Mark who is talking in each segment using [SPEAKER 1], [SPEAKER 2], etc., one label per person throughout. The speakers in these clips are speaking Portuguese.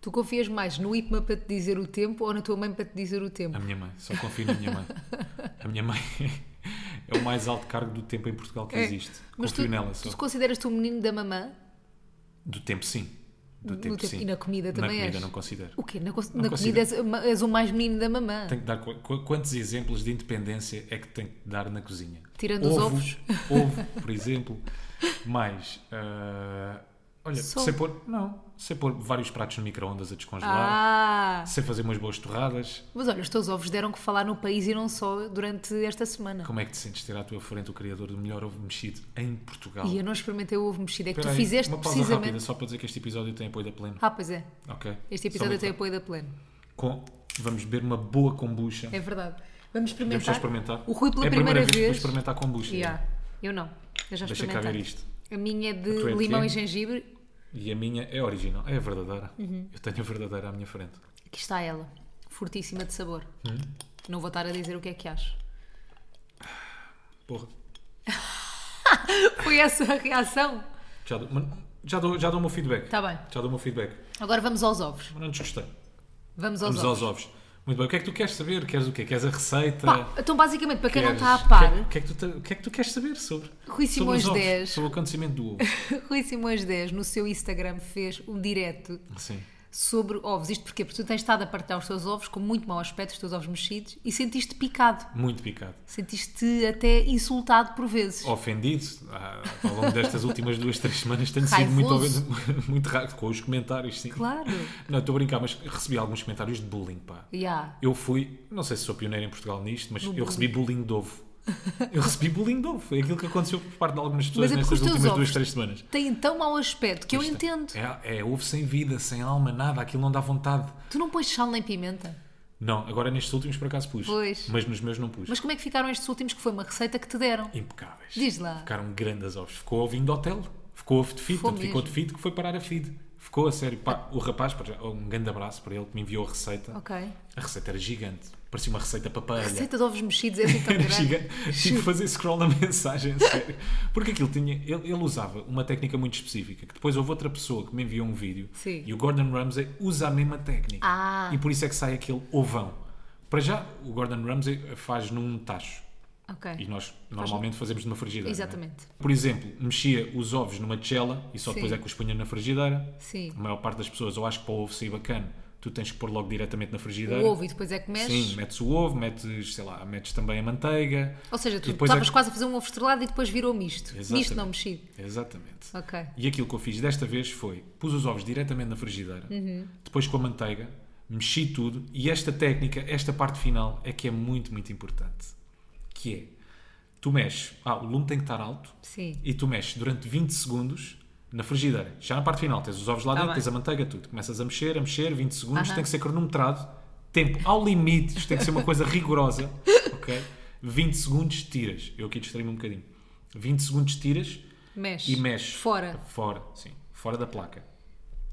[SPEAKER 1] Tu confias mais no IPMA para te dizer o tempo ou na tua mãe para te dizer o tempo?
[SPEAKER 2] A minha mãe, só confio na minha mãe. A minha mãe é o mais alto cargo do tempo em Portugal que
[SPEAKER 1] É,
[SPEAKER 2] existe.
[SPEAKER 1] Mas
[SPEAKER 2] Confio
[SPEAKER 1] tu,
[SPEAKER 2] nela
[SPEAKER 1] tu
[SPEAKER 2] só.
[SPEAKER 1] te consideras-te um menino da mamã?
[SPEAKER 2] Do tempo, sim. Do
[SPEAKER 1] No
[SPEAKER 2] tempo,
[SPEAKER 1] tempo-
[SPEAKER 2] sim.
[SPEAKER 1] e na comida também
[SPEAKER 2] Na comida
[SPEAKER 1] és?
[SPEAKER 2] não considero.
[SPEAKER 1] O quê? Na, cons-
[SPEAKER 2] Não
[SPEAKER 1] na
[SPEAKER 2] consigo.
[SPEAKER 1] comida és, és o mais menino da mamã?
[SPEAKER 2] Tenho que dar qu- qu- quantos exemplos de independência é que tenho que dar na cozinha?
[SPEAKER 1] Tirando os
[SPEAKER 2] Ovo, por exemplo. Mais. ah, olha,
[SPEAKER 1] Só.
[SPEAKER 2] sei pôr. Não. Sei pôr vários pratos no micro-ondas a descongelar.
[SPEAKER 1] Ah!
[SPEAKER 2] Sei fazer umas boas torradas.
[SPEAKER 1] Mas olha, os teus ovos deram que falar no país e não só durante esta semana.
[SPEAKER 2] Como é que te sentes ter à tua frente o criador do melhor ovo mexido em Portugal?
[SPEAKER 1] E eu não experimentei o ovo mexido. É que
[SPEAKER 2] Espera
[SPEAKER 1] tu
[SPEAKER 2] aí,
[SPEAKER 1] fizeste
[SPEAKER 2] uma pausa
[SPEAKER 1] precisamente.
[SPEAKER 2] rápida só para dizer que este episódio tem apoio da Pleno.
[SPEAKER 1] Ah, pois é.
[SPEAKER 2] Ok.
[SPEAKER 1] Este episódio tem apoio da Pleno.
[SPEAKER 2] Com... Vamos beber uma boa kombucha.
[SPEAKER 1] É verdade. Vamos
[SPEAKER 2] Podemos só
[SPEAKER 1] experimentar.
[SPEAKER 2] experimentar.
[SPEAKER 1] O Rui pela
[SPEAKER 2] é a
[SPEAKER 1] primeira,
[SPEAKER 2] vez. que vou
[SPEAKER 1] vez.
[SPEAKER 2] experimentar kombucha.
[SPEAKER 1] Yeah. Eu não. Eu já
[SPEAKER 2] Deixa cá
[SPEAKER 1] experimentei.
[SPEAKER 2] ver isto.
[SPEAKER 1] A minha é
[SPEAKER 2] A tua
[SPEAKER 1] de
[SPEAKER 2] é de
[SPEAKER 1] limão
[SPEAKER 2] quê?
[SPEAKER 1] e gengibre.
[SPEAKER 2] E a minha é original, é a verdadeira.
[SPEAKER 1] Uhum.
[SPEAKER 2] Eu tenho a verdadeira à minha frente.
[SPEAKER 1] Aqui está ela. Fortíssima de sabor. Não vou estar a dizer o que é que acho.
[SPEAKER 2] Porra,
[SPEAKER 1] Foi essa a reação?
[SPEAKER 2] já dou, mas já dou, já dou o meu feedback.
[SPEAKER 1] Está bem.
[SPEAKER 2] Já dou o meu feedback.
[SPEAKER 1] Agora vamos aos ovos.
[SPEAKER 2] Mas não desgostei.
[SPEAKER 1] Vamos Tá. aos
[SPEAKER 2] Vamos
[SPEAKER 1] ovos.
[SPEAKER 2] aos ovos. Muito bem, o que é que tu queres saber? Queres o quê? Queres a receita?
[SPEAKER 1] Pá, então, basicamente, para quem não
[SPEAKER 2] Queres-
[SPEAKER 1] está a par,
[SPEAKER 2] O que, é que tu te- o que é que tu queres saber sobre?
[SPEAKER 1] Rui
[SPEAKER 2] sobre os
[SPEAKER 1] Simões
[SPEAKER 2] ovos,
[SPEAKER 1] 10.
[SPEAKER 2] Sobre o acontecimento do ovo.
[SPEAKER 1] Rui Simões 10 no seu Instagram fez um direto
[SPEAKER 2] Sim.
[SPEAKER 1] sobre ovos. Isto porquê? Porque tu tens estado a partilhar os teus ovos com muito mau aspecto, os teus ovos mexidos, e sentiste picado.
[SPEAKER 2] Muito picado.
[SPEAKER 1] Sentiste-te até insultado por vezes.
[SPEAKER 2] Ofendido. Ah, ao longo destas últimas duas, três semanas tenho sido muito,
[SPEAKER 1] Raivoso.
[SPEAKER 2] ofendido- muito rápido com os comentários, sim.
[SPEAKER 1] Claro.
[SPEAKER 2] Não, estou a brincar, mas recebi alguns comentários de bullying, pá.
[SPEAKER 1] Yeah.
[SPEAKER 2] Eu fui, não sei se sou pioneiro em Portugal nisto, mas eu recebi bullying de ovo. Eu recebi bullying de ovo. Foi aquilo que aconteceu por parte de algumas pessoas
[SPEAKER 1] Mas é porque
[SPEAKER 2] nestas
[SPEAKER 1] os teus
[SPEAKER 2] últimas duas,
[SPEAKER 1] ovos-
[SPEAKER 2] três semanas.
[SPEAKER 1] Tem tão mau aspecto que eu entendo.
[SPEAKER 2] É, é ovo sem vida, sem alma, nada. Aquilo não dá vontade.
[SPEAKER 1] Tu não pões sal nem pimenta.
[SPEAKER 2] Não, agora nestes últimos por acaso pus.
[SPEAKER 1] Pois.
[SPEAKER 2] Mas nos meus não pus.
[SPEAKER 1] Mas como é que ficaram estes últimos que foi uma receita que te deram?
[SPEAKER 2] Impecáveis.
[SPEAKER 1] Diz lá.
[SPEAKER 2] Ficaram grandes ovos. Ficou ovo de hotel. Ficou ovo de feed.
[SPEAKER 1] Ficou
[SPEAKER 2] Portanto, ficou de
[SPEAKER 1] mesmo.
[SPEAKER 2] feed que foi parar a feed. Ficou a sério. Pá, o rapaz, para já, um grande abraço para ele que me enviou a receita.
[SPEAKER 1] Ok.
[SPEAKER 2] A receita era gigante. Parecia uma receita papada.
[SPEAKER 1] Receita de ovos mexidos é assim tão
[SPEAKER 2] Era
[SPEAKER 1] grande.
[SPEAKER 2] gigante. Tive que fazer scroll na mensagem, a sério. Porque aquilo tinha. Ele, ele usava uma técnica muito específica, que depois houve outra pessoa que me enviou um vídeo
[SPEAKER 1] Sim.
[SPEAKER 2] e o Gordon Ramsay usa a mesma técnica.
[SPEAKER 1] Ah.
[SPEAKER 2] E por isso é que sai aquele ovão. Para já, o Gordon Ramsay faz num tacho.
[SPEAKER 1] Ok.
[SPEAKER 2] E nós normalmente fazemos numa frigideira. não é?
[SPEAKER 1] Exatamente.
[SPEAKER 2] Por exemplo, mexia os ovos numa tigela e só depois
[SPEAKER 1] Sim.
[SPEAKER 2] é que os punha na frigideira.
[SPEAKER 1] Sim.
[SPEAKER 2] A maior parte das pessoas, ou acho que para o ovo sair bacana, tu tens que pôr logo diretamente na frigideira.
[SPEAKER 1] O ovo e depois é que mexe.
[SPEAKER 2] Sim, metes o ovo, metes, sei lá, metes também a manteiga.
[SPEAKER 1] Ou seja, tu
[SPEAKER 2] E depois é
[SPEAKER 1] estavas
[SPEAKER 2] que-
[SPEAKER 1] quase a fazer um ovo estrelado e depois virou misto. Misto não mexido.
[SPEAKER 2] Exatamente.
[SPEAKER 1] Ok.
[SPEAKER 2] E aquilo que eu fiz desta vez foi, pus os ovos diretamente na frigideira,
[SPEAKER 1] Uhum.
[SPEAKER 2] depois com a manteiga, mexi tudo e esta técnica, esta parte final é que é muito, muito importante. Que é, tu mexes, ah, o lume tem que estar alto
[SPEAKER 1] Sim.
[SPEAKER 2] e tu mexes durante 20 segundos na frigideira. Já na parte final, tens os ovos lá
[SPEAKER 1] Tá
[SPEAKER 2] dentro,
[SPEAKER 1] bem.
[SPEAKER 2] tens a manteiga, tudo. Começas a mexer, a mexer, 20 segundos,
[SPEAKER 1] Aham.
[SPEAKER 2] tem que ser cronometrado, tempo ao limite, isto tem que ser uma coisa rigorosa, ok? 20 segundos tiras. Eu aqui distraí-me um bocadinho. 20 segundos tiras
[SPEAKER 1] Mexe.
[SPEAKER 2] e mexes.
[SPEAKER 1] Fora.
[SPEAKER 2] Fora, sim. Fora da placa.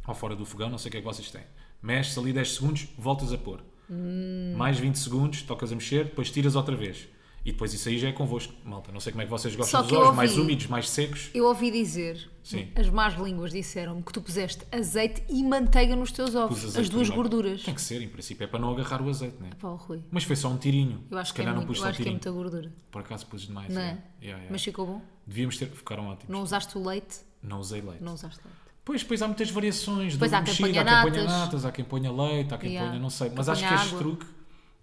[SPEAKER 2] Ou fora do fogão, não sei o que é que vocês têm. Mexes ali 10 segundos, voltas a pôr.
[SPEAKER 1] Hum.
[SPEAKER 2] Mais 20 segundos, tocas a mexer, depois tiras outra vez. E depois isso aí já é convosco, malta. Não sei como é que vocês
[SPEAKER 1] Só
[SPEAKER 2] gostam dos
[SPEAKER 1] que eu
[SPEAKER 2] ovos, mais
[SPEAKER 1] ouvi-
[SPEAKER 2] úmidos, mais secos.
[SPEAKER 1] Eu ouvi dizer,
[SPEAKER 2] Sim.
[SPEAKER 1] as más línguas disseram-me que tu puseste azeite e manteiga nos teus ovos,
[SPEAKER 2] Pus
[SPEAKER 1] as
[SPEAKER 2] azeite
[SPEAKER 1] duas
[SPEAKER 2] primeiro.
[SPEAKER 1] gorduras.
[SPEAKER 2] Tem que ser, em princípio, é para não agarrar o azeite, né?
[SPEAKER 1] Pá, o Rui.
[SPEAKER 2] Mas foi só um tirinho.
[SPEAKER 1] Eu acho,
[SPEAKER 2] Se
[SPEAKER 1] que é,
[SPEAKER 2] calhar não
[SPEAKER 1] muito,
[SPEAKER 2] pus
[SPEAKER 1] eu
[SPEAKER 2] só um
[SPEAKER 1] acho que é
[SPEAKER 2] tirinho.
[SPEAKER 1] muita gordura,
[SPEAKER 2] Por acaso pus demais.
[SPEAKER 1] não é?
[SPEAKER 2] é. Yeah, yeah.
[SPEAKER 1] Mas ficou bom?
[SPEAKER 2] Devíamos ter. Ficaram ótimos.
[SPEAKER 1] Não usaste o leite?
[SPEAKER 2] Não usei leite.
[SPEAKER 1] Não usaste leite.
[SPEAKER 2] Pois, pois há muitas variações.
[SPEAKER 1] Pois
[SPEAKER 2] do
[SPEAKER 1] há quem
[SPEAKER 2] mexido,
[SPEAKER 1] ponha
[SPEAKER 2] há quem ponha
[SPEAKER 1] natas.
[SPEAKER 2] natas, há quem ponha leite, há quem
[SPEAKER 1] Yeah.
[SPEAKER 2] ponha não sei.
[SPEAKER 1] Quem
[SPEAKER 2] Mas acho
[SPEAKER 1] ponha
[SPEAKER 2] que este
[SPEAKER 1] água.
[SPEAKER 2] truque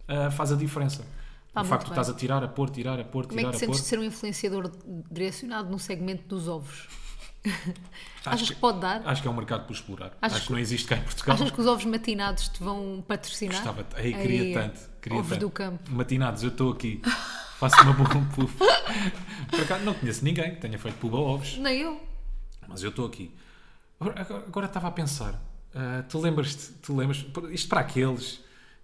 [SPEAKER 2] ah, faz a diferença.
[SPEAKER 1] Pá,
[SPEAKER 2] o
[SPEAKER 1] muito
[SPEAKER 2] facto de
[SPEAKER 1] bem.
[SPEAKER 2] estás a tirar, a pôr, tirar, a pôr,
[SPEAKER 1] Como é
[SPEAKER 2] tirar,
[SPEAKER 1] que te
[SPEAKER 2] a pôr.
[SPEAKER 1] sentes de ser um influenciador direcionado no segmento dos ovos?
[SPEAKER 2] Acho
[SPEAKER 1] Achas
[SPEAKER 2] que-
[SPEAKER 1] que pode dar?
[SPEAKER 2] Acho que é um mercado por explorar.
[SPEAKER 1] Achas-
[SPEAKER 2] Acho que não existe cá em Portugal.
[SPEAKER 1] Achas que os ovos matinados te vão patrocinar?
[SPEAKER 2] Gostava. Aí, queria
[SPEAKER 1] Aí,
[SPEAKER 2] tanto. Queria
[SPEAKER 1] ovos
[SPEAKER 2] tanto.
[SPEAKER 1] do campo.
[SPEAKER 2] Matinados, eu estou aqui. Faço uma boa puff. Por acaso não conheço ninguém que tenha feito puba a ovos,
[SPEAKER 1] Nem eu.
[SPEAKER 2] mas eu estou aqui. Agora, agora- agora estava a pensar. ah, tu lembras-te, tu lembras, isto para aqueles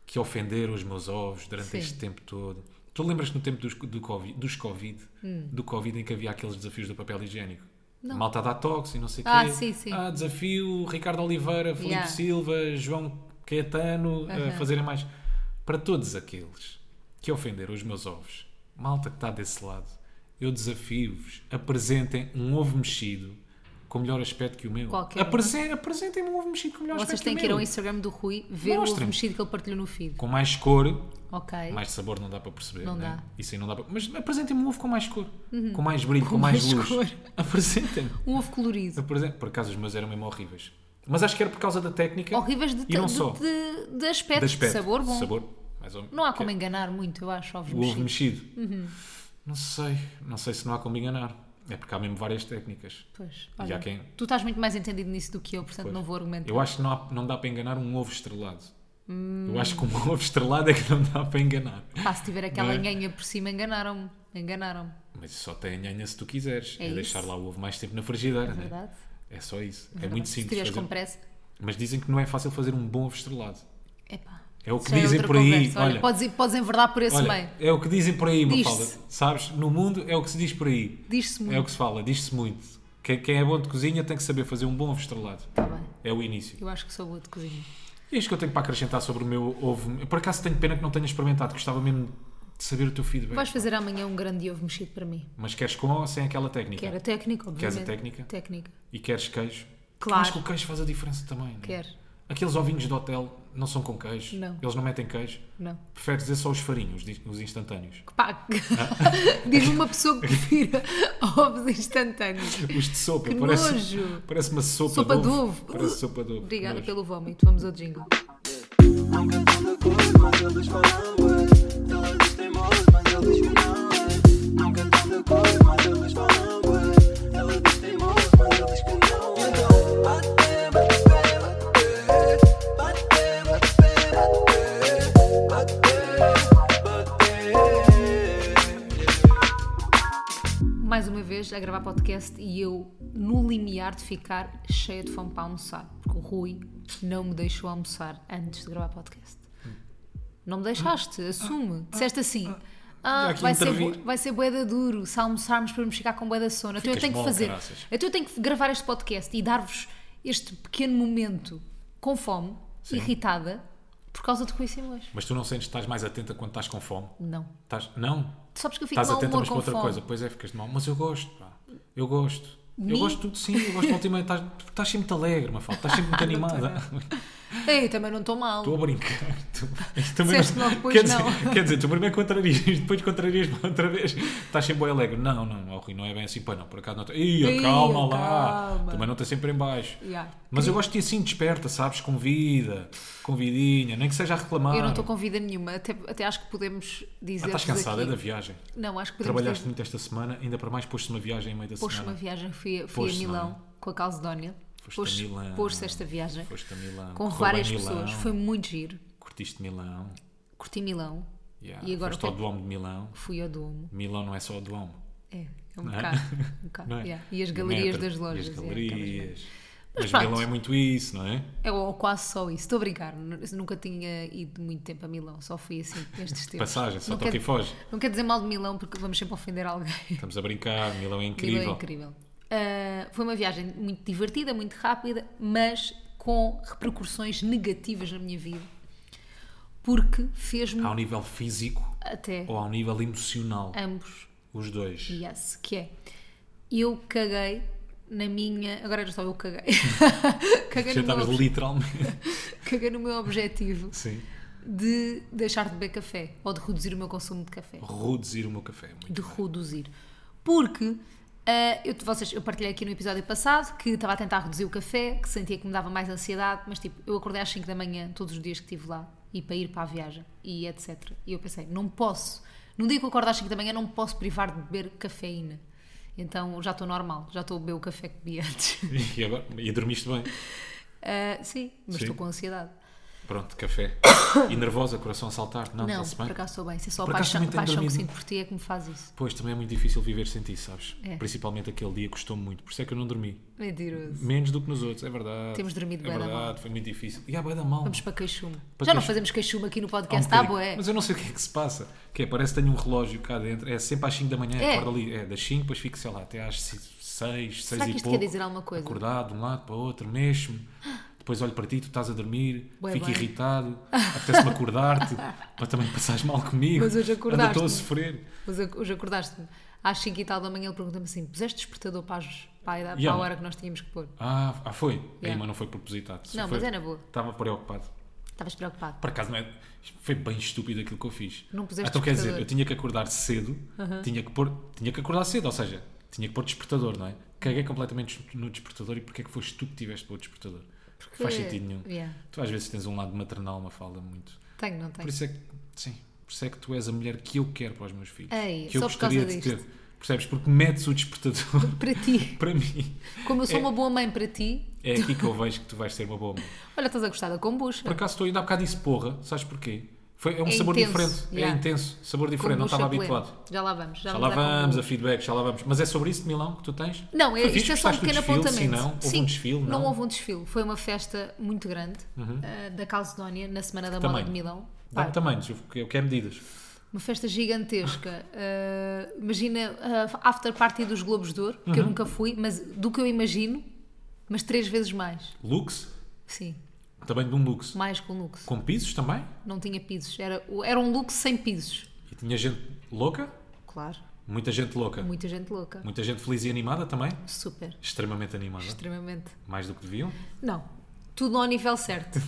[SPEAKER 2] que ofenderam os meus ovos durante
[SPEAKER 1] Sim.
[SPEAKER 2] este tempo todo. Tu lembras-te no tempo dos, do COVID, dos Covid,
[SPEAKER 1] Hum.
[SPEAKER 2] do Covid em que havia aqueles desafios do papel higiênico? Não. Malta dá tox e não sei o
[SPEAKER 1] Ah,
[SPEAKER 2] quê.
[SPEAKER 1] sim, sim.
[SPEAKER 2] Ah, desafio Ricardo Oliveira, Filipe
[SPEAKER 1] Yeah.
[SPEAKER 2] Silva, João Caetano, a
[SPEAKER 1] Aham.
[SPEAKER 2] fazerem mais. Para todos aqueles que ofenderam os meus ovos, malta que está desse lado, eu desafio-vos, apresentem um ovo mexido com com melhor aspecto que o meu.
[SPEAKER 1] Qualquer. um.
[SPEAKER 2] Apre- Apresentem-me um ovo mexido com melhor
[SPEAKER 1] Vocês
[SPEAKER 2] aspecto
[SPEAKER 1] têm
[SPEAKER 2] que
[SPEAKER 1] que
[SPEAKER 2] o
[SPEAKER 1] ir um
[SPEAKER 2] meu.
[SPEAKER 1] ao Instagram do Rui ver o ovo
[SPEAKER 2] Mostrem-me.
[SPEAKER 1] mexido que ele partilhou no feed.
[SPEAKER 2] Com mais cor,
[SPEAKER 1] Ok.
[SPEAKER 2] mais sabor não dá para perceber.
[SPEAKER 1] Não
[SPEAKER 2] né?
[SPEAKER 1] dá. Uhum.
[SPEAKER 2] Isso aí não dá para. Mas apresentem-me um ovo com mais cor, com mais brilho, com, mais,
[SPEAKER 1] mais
[SPEAKER 2] luz.
[SPEAKER 1] cor.
[SPEAKER 2] Apresentem-me.
[SPEAKER 1] Um ovo colorido.
[SPEAKER 2] Apresentem- Por acaso os meus eram mesmo horríveis. Mas acho que era por causa da técnica.
[SPEAKER 1] Horríveis de,
[SPEAKER 2] e não
[SPEAKER 1] de,
[SPEAKER 2] só.
[SPEAKER 1] de- de aspecto,
[SPEAKER 2] de aspecto.
[SPEAKER 1] sabor bom.
[SPEAKER 2] Sabor, mais ou
[SPEAKER 1] Não há
[SPEAKER 2] que- é
[SPEAKER 1] como Uhum. enganar muito, eu acho, ovos
[SPEAKER 2] O ovo
[SPEAKER 1] mexidos.
[SPEAKER 2] mexido. Não sei. Não sei se não há como enganar. É porque há mesmo várias técnicas.
[SPEAKER 1] Pois,
[SPEAKER 2] E
[SPEAKER 1] olha,
[SPEAKER 2] há quem-
[SPEAKER 1] Tu estás muito mais entendido nisso do que eu, portanto
[SPEAKER 2] Pois.
[SPEAKER 1] não vou argumentar.
[SPEAKER 2] Eu acho que não, há- não dá para enganar um ovo estrelado. Eu acho que um
[SPEAKER 1] Hum.
[SPEAKER 2] ovo estrelado é que não dá para enganar.
[SPEAKER 1] Pá, Ah, se tiver aquela
[SPEAKER 2] Não é?
[SPEAKER 1] nhanha por cima, enganaram-me. Enganaram-me,
[SPEAKER 2] Mas só tem nhanha se tu quiseres.
[SPEAKER 1] É
[SPEAKER 2] É,
[SPEAKER 1] isso.
[SPEAKER 2] deixar lá o ovo mais tempo na frigideira.
[SPEAKER 1] é
[SPEAKER 2] né?
[SPEAKER 1] verdade.
[SPEAKER 2] É só isso. É,
[SPEAKER 1] verdade.
[SPEAKER 2] muito
[SPEAKER 1] Se
[SPEAKER 2] simples.
[SPEAKER 1] tiveres
[SPEAKER 2] fazer-
[SPEAKER 1] com pressa,
[SPEAKER 2] Mas dizem que não é fácil fazer um bom ovo estrelado.
[SPEAKER 1] epá.
[SPEAKER 2] É o que
[SPEAKER 1] isso já
[SPEAKER 2] dizem
[SPEAKER 1] outra
[SPEAKER 2] por aí,
[SPEAKER 1] conversa. Olha,
[SPEAKER 2] olha.
[SPEAKER 1] podes, ir- podes enverdar por esse meio.
[SPEAKER 2] Olha, é o que dizem por aí,
[SPEAKER 1] Diz-se.
[SPEAKER 2] Mafalda. Sabes? No mundo é o que se diz por aí.
[SPEAKER 1] Diz-se
[SPEAKER 2] É o
[SPEAKER 1] muito.
[SPEAKER 2] que se fala, diz-se muito. Quem, quem é bom de cozinha tem que saber fazer um bom ovo estrelado.
[SPEAKER 1] Está Tá bem.
[SPEAKER 2] É o início.
[SPEAKER 1] Eu acho que sou boa de cozinha.
[SPEAKER 2] E isto que eu tenho para acrescentar sobre o meu ovo. Eu, por acaso tenho pena que não tenhas experimentado, gostava mesmo de saber o teu feedback.
[SPEAKER 1] Vais fazer amanhã um grande ovo mexido para mim.
[SPEAKER 2] Mas queres com ou sem aquela técnica?
[SPEAKER 1] Quer a técnica, obviamente.
[SPEAKER 2] Queres a técnica? Hum.
[SPEAKER 1] Técnica.
[SPEAKER 2] E queres queijo?
[SPEAKER 1] Claro.
[SPEAKER 2] Acho que o queijo faz a diferença também. não é?
[SPEAKER 1] Quer.
[SPEAKER 2] Aqueles ovinhos de hotel não são com queijo.
[SPEAKER 1] Não.
[SPEAKER 2] Eles não metem queijo.
[SPEAKER 1] Não.
[SPEAKER 2] Preferes dizer só os farinhos, os di- os instantâneos.
[SPEAKER 1] Pá, diz-me uma pessoa que prefira ovos instantâneos.
[SPEAKER 2] Os de sopa.
[SPEAKER 1] Que
[SPEAKER 2] parece,
[SPEAKER 1] nojo.
[SPEAKER 2] parece uma sopa,
[SPEAKER 1] Sopa
[SPEAKER 2] de
[SPEAKER 1] de
[SPEAKER 2] ovo.
[SPEAKER 1] ovo.
[SPEAKER 2] Parece sopa de ovo.
[SPEAKER 1] Obrigada
[SPEAKER 2] Nojo.
[SPEAKER 1] pelo vómito. Vamos ao jingle.
[SPEAKER 3] Nunca tão de mas eles falam ué. Todos os teimosos, mas eles que não é. Nunca tão de mas eles falam ué. Ela diz teimoso, mas eles que não é. Então, bate, bate, bate, bate, bate, bate, uh, bate, bate.
[SPEAKER 1] Mais uma vez a gravar podcast e eu no limiar de ficar cheia de fome para almoçar, porque o Rui não me deixou almoçar antes de gravar podcast. Não me deixaste, assume. Disseste assim. Ah,
[SPEAKER 2] Já que
[SPEAKER 1] vai ser,
[SPEAKER 2] intervir."
[SPEAKER 1] bué- vai ser boeda duro se almoçarmos para me chegar com boeda sono. Então eu
[SPEAKER 2] Ficas
[SPEAKER 1] tenho que
[SPEAKER 2] mal,
[SPEAKER 1] fazer.
[SPEAKER 2] caraças.
[SPEAKER 1] Então eu tenho que gravar este podcast e dar-vos este pequeno momento com fome,
[SPEAKER 2] Sim.
[SPEAKER 1] irritada, por causa do Rui Simões.
[SPEAKER 2] Mas tu não sentes que estás mais atenta quando estás com fome?
[SPEAKER 1] Não.
[SPEAKER 2] Estás... Não?
[SPEAKER 1] Tu sabes que eu fico de
[SPEAKER 2] Estás
[SPEAKER 1] mau
[SPEAKER 2] atenta,
[SPEAKER 1] humor
[SPEAKER 2] mas para
[SPEAKER 1] com
[SPEAKER 2] outra
[SPEAKER 1] fome.
[SPEAKER 2] coisa. Pois é, ficas de mal. Mas eu gosto, pá. Eu gosto.
[SPEAKER 1] Mim?
[SPEAKER 2] Eu gosto de tudo, sim. Eu gosto de volta e meia. Estás, estás sempre muito alegre, Mafalda. Estás sempre muito animada.
[SPEAKER 1] Ei, também não estou mal.
[SPEAKER 2] Estou a brincar. Tu, isso também
[SPEAKER 1] Disseste logo, pois
[SPEAKER 2] quer,
[SPEAKER 1] não.
[SPEAKER 2] Dizer, quer dizer, tu primeiro contrarias, depois contrarias-me outra vez. Estás sempre bem alegre. Não, não, ó, Rui, não é bem assim. Pá, não, por acaso não. Ih,
[SPEAKER 1] Ih,
[SPEAKER 2] calma lá.
[SPEAKER 1] calma.
[SPEAKER 2] Também não está sempre em baixo.
[SPEAKER 1] Yeah.
[SPEAKER 2] Mas eu gosto de ir assim, desperta, sabes? Convida, convidinha, nem que seja a reclamar.
[SPEAKER 1] Eu não estou com vida nenhuma, até, até acho que podemos dizer.
[SPEAKER 2] Ah, estás cansada
[SPEAKER 1] aqui...
[SPEAKER 2] da viagem.
[SPEAKER 1] Não, acho que podemos
[SPEAKER 2] Trabalhaste
[SPEAKER 1] dizer.
[SPEAKER 2] muito esta semana, ainda para mais pôs-te uma viagem em meio da
[SPEAKER 1] Pôs
[SPEAKER 2] semana.
[SPEAKER 1] uma viagem, fui, a- fui a
[SPEAKER 2] Pôs-se,
[SPEAKER 1] Milão
[SPEAKER 2] não é?
[SPEAKER 1] com a Calcedónia.
[SPEAKER 2] Foste
[SPEAKER 1] Pôs-
[SPEAKER 2] a Milão.
[SPEAKER 1] Pôs-se esta viagem
[SPEAKER 2] Foste a Milão.
[SPEAKER 1] com
[SPEAKER 2] correu
[SPEAKER 1] várias
[SPEAKER 2] bem Milão,
[SPEAKER 1] pessoas, foi muito giro.
[SPEAKER 2] Curtiste Milão.
[SPEAKER 1] Curti Milão,
[SPEAKER 2] Yeah.
[SPEAKER 1] E agora
[SPEAKER 2] Foste
[SPEAKER 1] o
[SPEAKER 2] ao
[SPEAKER 1] que-
[SPEAKER 2] Duomo de Milão.
[SPEAKER 1] fui ao Duomo.
[SPEAKER 2] Milão não é só o Duomo.
[SPEAKER 1] É, é um
[SPEAKER 2] Não é?
[SPEAKER 1] bocado. um bocado,
[SPEAKER 2] não é?
[SPEAKER 1] yeah. E as
[SPEAKER 2] O
[SPEAKER 1] galerias
[SPEAKER 2] metro,
[SPEAKER 1] das
[SPEAKER 2] e
[SPEAKER 1] lojas. é, tá
[SPEAKER 2] as
[SPEAKER 1] yeah, aquelas merdas.
[SPEAKER 2] galerias.
[SPEAKER 1] Mas
[SPEAKER 2] Mas,
[SPEAKER 1] pronto.
[SPEAKER 2] Milão é muito isso, não é?
[SPEAKER 1] É, ou quase só isso, estou a brincar. n- Nunca tinha ido muito tempo a Milão, só fui assim nestes tempos.
[SPEAKER 2] Passagem, só
[SPEAKER 1] não
[SPEAKER 2] toca
[SPEAKER 1] quer,
[SPEAKER 2] e foge.
[SPEAKER 1] não quer dizer mal de Milão porque vamos sempre ofender alguém.
[SPEAKER 2] Estamos a brincar, Milão é incrível.
[SPEAKER 1] Milão é incrível. Ah, foi uma viagem muito divertida, muito rápida, mas com repercussões negativas na minha vida. Porque fez-me
[SPEAKER 2] Ao nível físico
[SPEAKER 1] até
[SPEAKER 2] ou ao nível emocional.
[SPEAKER 1] ambos,
[SPEAKER 2] Os dois.
[SPEAKER 1] yes, que é eu caguei na minha. Agora era só eu caguei. caguei,
[SPEAKER 2] Já
[SPEAKER 1] no meu,
[SPEAKER 2] estavas
[SPEAKER 1] obje-
[SPEAKER 2] literalmente.
[SPEAKER 1] caguei no meu objetivo
[SPEAKER 2] Sim.
[SPEAKER 1] de deixar de beber café ou de reduzir o meu consumo de café.
[SPEAKER 2] Reduzir o meu café. Muito
[SPEAKER 1] de reduzir. Porque ah, eu, vocês, eu partilhei aqui no episódio passado que estava a tentar reduzir o café, que sentia que me dava mais ansiedade, mas tipo, eu acordei às 5 da manhã todos os dias que estive lá e para ir para a viagem e etc. E eu pensei, não posso, num dia que eu acordo às 5 da manhã, não me posso privar de beber cafeína. Então já estou normal, já estou a beber o café que bebi antes.
[SPEAKER 2] E, agora, e dormiste bem.
[SPEAKER 1] Ah, sim, mas
[SPEAKER 2] Sim.
[SPEAKER 1] estou com ansiedade.
[SPEAKER 2] Pronto, café. E nervosa, coração a saltar. Não,
[SPEAKER 1] Não,
[SPEAKER 2] está-se
[SPEAKER 1] por
[SPEAKER 2] bem.
[SPEAKER 1] acaso estou bem. Se é só a
[SPEAKER 2] Por acaso
[SPEAKER 1] paixão,
[SPEAKER 2] também tenho
[SPEAKER 1] paixão que
[SPEAKER 2] dormido.
[SPEAKER 1] sinto por ti é que me faz isso.
[SPEAKER 2] Pois também é muito difícil viver sem ti, sabes?
[SPEAKER 1] É.
[SPEAKER 2] Principalmente aquele dia custou-me muito. Por isso é que eu não dormi.
[SPEAKER 1] Mentiroso.
[SPEAKER 2] Menos do que nos outros, é verdade.
[SPEAKER 1] Temos dormido
[SPEAKER 2] é
[SPEAKER 1] bué da
[SPEAKER 2] verdade,
[SPEAKER 1] mal.
[SPEAKER 2] foi muito difícil. E há bem da mal.
[SPEAKER 1] Vamos para queixume.
[SPEAKER 2] Para
[SPEAKER 1] já não
[SPEAKER 2] queixume.
[SPEAKER 1] fazemos queixume aqui no
[SPEAKER 2] Há um
[SPEAKER 1] podcast, tá
[SPEAKER 2] bocadinho.
[SPEAKER 1] boé.
[SPEAKER 2] Mas eu não sei o que é que se passa. Que é, parece que tenho um relógio cá dentro. É sempre às 5 da manhã,
[SPEAKER 1] É.
[SPEAKER 2] acordo ali. É das 5, depois fico, sei lá, até às 6, 6
[SPEAKER 1] Será
[SPEAKER 2] e
[SPEAKER 1] que isto
[SPEAKER 2] pouco.
[SPEAKER 1] quer dizer alguma coisa?
[SPEAKER 2] Acordado de um lado para o outro, mexo-me. Depois olho para ti, tu estás a dormir,
[SPEAKER 1] Bué
[SPEAKER 2] fico
[SPEAKER 1] bem.
[SPEAKER 2] irritado, apetece-me acordar-te, para também passares mal comigo.
[SPEAKER 1] Mas hoje
[SPEAKER 2] Ainda estou a
[SPEAKER 1] acordaste-me.
[SPEAKER 2] sofrer.
[SPEAKER 1] Mas ac- hoje acordaste-me às 5 e tal da manhã, ele pergunta-me assim: puseste despertador para as para a, idade-
[SPEAKER 2] Yeah,
[SPEAKER 1] para a
[SPEAKER 2] mas-
[SPEAKER 1] hora que nós tínhamos que pôr.
[SPEAKER 2] Ah, ah, foi. Aí,
[SPEAKER 1] Yeah.
[SPEAKER 2] mas não foi propositado. Só
[SPEAKER 1] É. Não,
[SPEAKER 2] foi-
[SPEAKER 1] mas é na boa.
[SPEAKER 2] Estava preocupado.
[SPEAKER 1] Estavas preocupado.
[SPEAKER 2] Por acaso, não é... foi bem estúpido aquilo que eu fiz.
[SPEAKER 1] Não puseste
[SPEAKER 2] Então, quer dizer,
[SPEAKER 1] despertador.
[SPEAKER 2] eu tinha que acordar cedo, tinha, que pôr... tinha que acordar cedo, ou seja, tinha que pôr despertador, não é? Caguei completamente no despertador e porque é que foi estúpido tiveste pôr despertador? Porque faz sentido nenhum.
[SPEAKER 1] Yeah.
[SPEAKER 2] Tu às vezes tens um lado maternal, uma falda muito.
[SPEAKER 1] Tenho, não tenho.
[SPEAKER 2] Por isso é que, sim, por isso é que tu és a mulher que eu quero para os meus filhos.
[SPEAKER 1] Ei,
[SPEAKER 2] que eu
[SPEAKER 1] É só por causa
[SPEAKER 2] gostaria de ter. Percebes? Porque metes o despertador
[SPEAKER 1] Para ti,
[SPEAKER 2] para mim.
[SPEAKER 1] como eu sou
[SPEAKER 2] É.
[SPEAKER 1] uma boa mãe para ti,
[SPEAKER 2] É aqui que eu vejo que tu vais ser uma boa mãe.
[SPEAKER 1] olha, estás a gostar da kombucha.
[SPEAKER 2] Por acaso estou ainda há bocado disse porra, sabes porquê? Foi, é um
[SPEAKER 1] É
[SPEAKER 2] sabor
[SPEAKER 1] intenso,
[SPEAKER 2] diferente,
[SPEAKER 1] yeah.
[SPEAKER 2] é intenso, sabor diferente,
[SPEAKER 1] Kombucha
[SPEAKER 2] não estava
[SPEAKER 1] pleno.
[SPEAKER 2] habituado.
[SPEAKER 1] Já lá vamos. Já,
[SPEAKER 2] Já lá
[SPEAKER 1] à kombucha.
[SPEAKER 2] vamos, a feedback, já lá vamos. Mas é sobre isso de Milão que tu tens?
[SPEAKER 1] Não, é,
[SPEAKER 2] Foi fixe?
[SPEAKER 1] isto é só um
[SPEAKER 2] Gostaste do
[SPEAKER 1] pequeno
[SPEAKER 2] desfile?
[SPEAKER 1] apontamento.
[SPEAKER 2] Sim, não? Houve
[SPEAKER 1] Sim,
[SPEAKER 2] um desfile? Não, Uhum.
[SPEAKER 1] houve um desfile. Foi uma festa muito grande eh, da Calcedónia na Semana da Moda
[SPEAKER 2] tamanho?
[SPEAKER 1] de Milão. Pá,
[SPEAKER 2] Dá-me tamanhos, eu, eu quero medidas.
[SPEAKER 1] uma festa gigantesca. Eh, imagina a after party dos Globos de Ouro, que eu nunca fui, mas do que eu imagino, mas três vezes mais.
[SPEAKER 2] Lux,
[SPEAKER 1] Sim,
[SPEAKER 2] também de um lux.
[SPEAKER 1] mais com luxo.
[SPEAKER 2] Com pisos também?
[SPEAKER 1] Não tinha pisos. Era, era um luxo sem pisos.
[SPEAKER 2] E tinha gente louca?
[SPEAKER 1] Claro,
[SPEAKER 2] Muita gente louca.
[SPEAKER 1] muita gente louca.
[SPEAKER 2] Muita gente feliz e animada também?
[SPEAKER 1] Super,
[SPEAKER 2] Extremamente animada.
[SPEAKER 1] extremamente.
[SPEAKER 2] Mais do que deviam?
[SPEAKER 1] Não, tudo ao nível certo.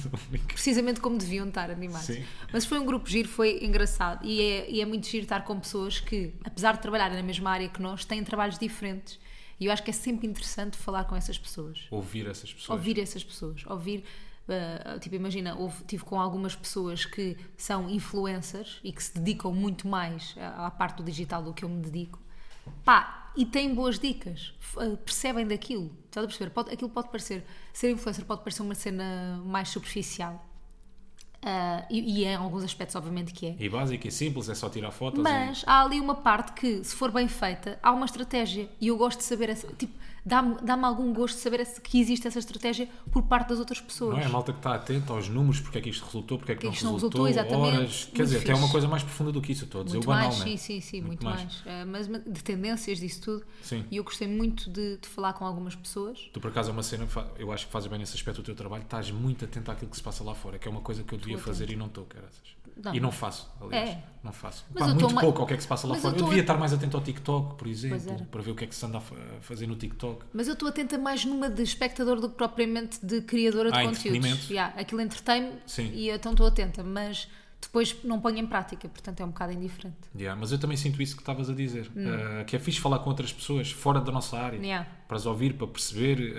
[SPEAKER 1] precisamente como deviam estar animados.
[SPEAKER 2] Sim.
[SPEAKER 1] Mas foi um grupo giro, foi engraçado e é, e é muito giro estar com pessoas que, apesar de trabalharem na mesma área que nós, têm trabalhos diferentes. E eu acho que é sempre interessante falar com essas pessoas,
[SPEAKER 2] Ouvir essas pessoas.
[SPEAKER 1] ouvir essas pessoas, ouvir. ah, tipo, imagina, houve, tive com algumas pessoas que são influencers e que se dedicam muito mais à, à parte do digital do que eu me dedico, pá, e têm boas dicas, F- ah, percebem daquilo, estás a perceber? Pode- aquilo pode parecer, ser influencer pode parecer uma cena mais superficial, ah, e, e em alguns aspectos, obviamente, que é.
[SPEAKER 2] E básico, é simples, é só tirar fotos.
[SPEAKER 1] Mas há ali uma parte que, se for bem feita, há uma estratégia. E eu gosto de saber, essa- tipo, dá-me dá-me algum gosto de saber essa- que existe essa estratégia por parte das outras
[SPEAKER 2] E...
[SPEAKER 1] pessoas.
[SPEAKER 2] Não é a malta que está atenta aos números, porque é que isto resultou, porque é que não
[SPEAKER 1] Isto não
[SPEAKER 2] resultou,
[SPEAKER 1] resultou, exatamente.
[SPEAKER 2] horas. Quer
[SPEAKER 1] Muito
[SPEAKER 2] dizer, até é uma
[SPEAKER 1] fixe.
[SPEAKER 2] coisa mais profunda do que isso, eu estou a dizer
[SPEAKER 1] muito
[SPEAKER 2] o banal,
[SPEAKER 1] mais,
[SPEAKER 2] né?
[SPEAKER 1] sim, sim, sim, muito, mais. Ah, mas, mas de tendências disso tudo.
[SPEAKER 2] Sim.
[SPEAKER 1] E eu gostei muito de, de falar com algumas pessoas.
[SPEAKER 2] Tu, por acaso, é uma cena, que fa- eu acho que fazes bem nesse aspecto do teu trabalho, estás muito atento àquilo que se passa lá fora, que é uma coisa que eu devia fazer e não estou, caraças.
[SPEAKER 1] Não.
[SPEAKER 2] E não faço, aliás.
[SPEAKER 1] É.
[SPEAKER 2] Não faço.
[SPEAKER 1] Mas
[SPEAKER 2] Pá,
[SPEAKER 1] eu
[SPEAKER 2] muito
[SPEAKER 1] estou ma-
[SPEAKER 2] pouco ao que é que se passa lá
[SPEAKER 1] Mas eu
[SPEAKER 2] fora. Eu,
[SPEAKER 1] estou-
[SPEAKER 2] devia estar mais atento ao TikTok, por
[SPEAKER 1] era.
[SPEAKER 2] exemplo, para ver o que é que se anda a fa- a fazer no TikTok.
[SPEAKER 1] Mas eu estou atenta mais numa de espectador do que propriamente de criadora de
[SPEAKER 2] Ah,
[SPEAKER 1] conteúdos.
[SPEAKER 2] entretenimento.
[SPEAKER 1] Yeah, aquilo entretém-me
[SPEAKER 2] Sim.
[SPEAKER 1] e eu, então estou atenta, mas depois não ponho em prática, portanto é um bocado indiferente.
[SPEAKER 2] Yeah, mas eu também sinto isso que estavas a dizer, eh, que é fixe falar com outras pessoas fora da nossa área,
[SPEAKER 1] Hum. Yeah.
[SPEAKER 2] para as ouvir, para perceber.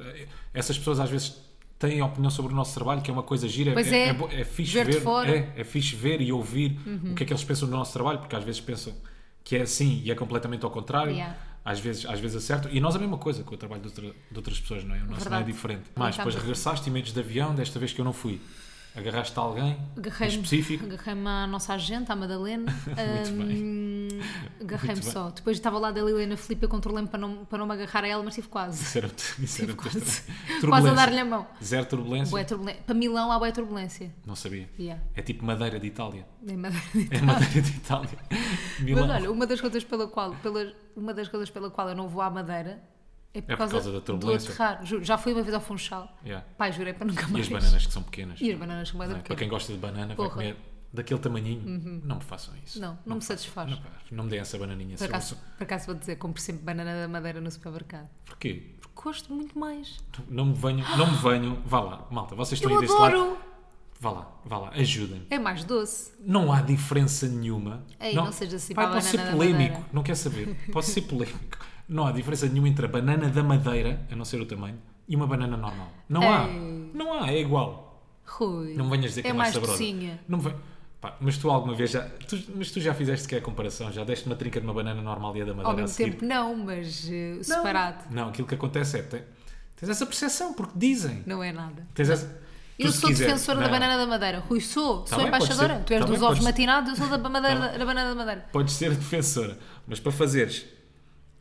[SPEAKER 2] eh, essas pessoas às vezes têm opinião sobre o nosso trabalho, que é uma coisa gira,
[SPEAKER 1] Pois
[SPEAKER 2] é,
[SPEAKER 1] é,
[SPEAKER 2] bo- é fixe
[SPEAKER 1] ver
[SPEAKER 2] ver,
[SPEAKER 1] de fora. Uhum.
[SPEAKER 2] É, é fixe ver e ouvir o que é que eles pensam do nosso trabalho, porque às vezes pensam que é assim e é completamente ao contrário.
[SPEAKER 1] Yeah.
[SPEAKER 2] Às vezes, às vezes acerto. E nós a mesma coisa com o trabalho de, outra- de outras pessoas, não é? O nosso não é
[SPEAKER 1] Verdade. Então.
[SPEAKER 2] diferente. Mas
[SPEAKER 1] Brincamos
[SPEAKER 2] depois regressaste e medos de avião, desta vez que eu não fui. Agarraste alguém em
[SPEAKER 1] Agarrei-me
[SPEAKER 2] específico.
[SPEAKER 1] agarrei-me à nossa agente, à Madalena.
[SPEAKER 2] Muito bem.
[SPEAKER 1] Hum, Agarrei-me
[SPEAKER 2] Muito bem.
[SPEAKER 1] só. Depois estava lá da Liliana Felipe, eu controlei-me para não, para não me agarrar a ela, mas tive quase.
[SPEAKER 2] Isso era, isso
[SPEAKER 1] Tive
[SPEAKER 2] era
[SPEAKER 1] quase-
[SPEAKER 2] turbulência.
[SPEAKER 1] quase a dar-lhe a mão.
[SPEAKER 2] Zero turbulência?
[SPEAKER 1] Bué turbulência. Para Milão há boa turbulência.
[SPEAKER 2] Não sabia.
[SPEAKER 1] Yeah.
[SPEAKER 2] É tipo madeira de Itália.
[SPEAKER 1] Em Madrid.
[SPEAKER 2] É madeira de Itália. Milão.
[SPEAKER 1] Mas olha, uma das coisas pela qual, pela, uma das coisas pela qual eu não vou à Madeira é por,
[SPEAKER 2] por causa da turbulência.
[SPEAKER 1] do aterrar. Juro, já fui uma vez ao Funchal.
[SPEAKER 2] Yeah.
[SPEAKER 1] Pai, jurei para nunca
[SPEAKER 2] E
[SPEAKER 1] mais.
[SPEAKER 2] as bananas que são pequenas.
[SPEAKER 1] E as bananas são bué da
[SPEAKER 2] Não é? Para
[SPEAKER 1] pequena.
[SPEAKER 2] quem gosta de banana,
[SPEAKER 1] Porra. Uhum.
[SPEAKER 2] vai comer daquele tamanhinho. Não me façam isso.
[SPEAKER 1] Não, não, me satisfaz.
[SPEAKER 2] Não, pá, não me deem essa bananinha.
[SPEAKER 1] por,
[SPEAKER 2] só-
[SPEAKER 1] acaso,
[SPEAKER 2] só-
[SPEAKER 1] por acaso vou dizer, compro sempre banana da Madeira no supermercado.
[SPEAKER 2] Porquê?
[SPEAKER 1] Porque gosto muito mais.
[SPEAKER 2] Não me venham, não me venham. Vá lá, malta, vocês estão
[SPEAKER 1] eu
[SPEAKER 2] aí desse lado.
[SPEAKER 1] adoro!
[SPEAKER 2] Vá lá, vá lá, ajudem-me.
[SPEAKER 1] É mais doce.
[SPEAKER 2] Não há diferença nenhuma.
[SPEAKER 1] Ei, não sejas assim
[SPEAKER 2] Pai,
[SPEAKER 1] para a
[SPEAKER 2] posso ser
[SPEAKER 1] banana da
[SPEAKER 2] polémico,
[SPEAKER 1] Madeira.
[SPEAKER 2] não quer saber. Posso ser polémico. Não há diferença nenhuma entre a banana da madeira, a não ser o tamanho, e uma banana normal. Não há.
[SPEAKER 1] Ei.
[SPEAKER 2] Não há, é igual.
[SPEAKER 1] Rui.
[SPEAKER 2] Não me venhas dizer que é, mais saborosa.
[SPEAKER 1] docinha.
[SPEAKER 2] Não me ven- Pá, mas tu alguma vez já. tu- mas tu já fizeste que é a comparação? Já deste uma trinca de uma banana normal e a da madeira
[SPEAKER 1] Ao
[SPEAKER 2] a
[SPEAKER 1] mesmo
[SPEAKER 2] seguir?
[SPEAKER 1] tempo não, mas eh, separado.
[SPEAKER 2] tipo. Não, aquilo que acontece é. te- Tens essa percepção, porque dizem.
[SPEAKER 1] Não é nada.
[SPEAKER 2] Tens essa.
[SPEAKER 1] Eu
[SPEAKER 2] Tu, se
[SPEAKER 1] sou
[SPEAKER 2] quiser-
[SPEAKER 1] defensora da
[SPEAKER 2] Não.
[SPEAKER 1] banana da madeira. Rui, sou. sou
[SPEAKER 2] bem,
[SPEAKER 1] embaixadora.
[SPEAKER 2] pode ser.
[SPEAKER 1] Tu és
[SPEAKER 2] Tá
[SPEAKER 1] dos
[SPEAKER 2] bem,
[SPEAKER 1] ovos
[SPEAKER 2] pode ser.
[SPEAKER 1] matinados, eu sou da, madeira, da banana da madeira.
[SPEAKER 2] Podes ser defensora, mas para fazeres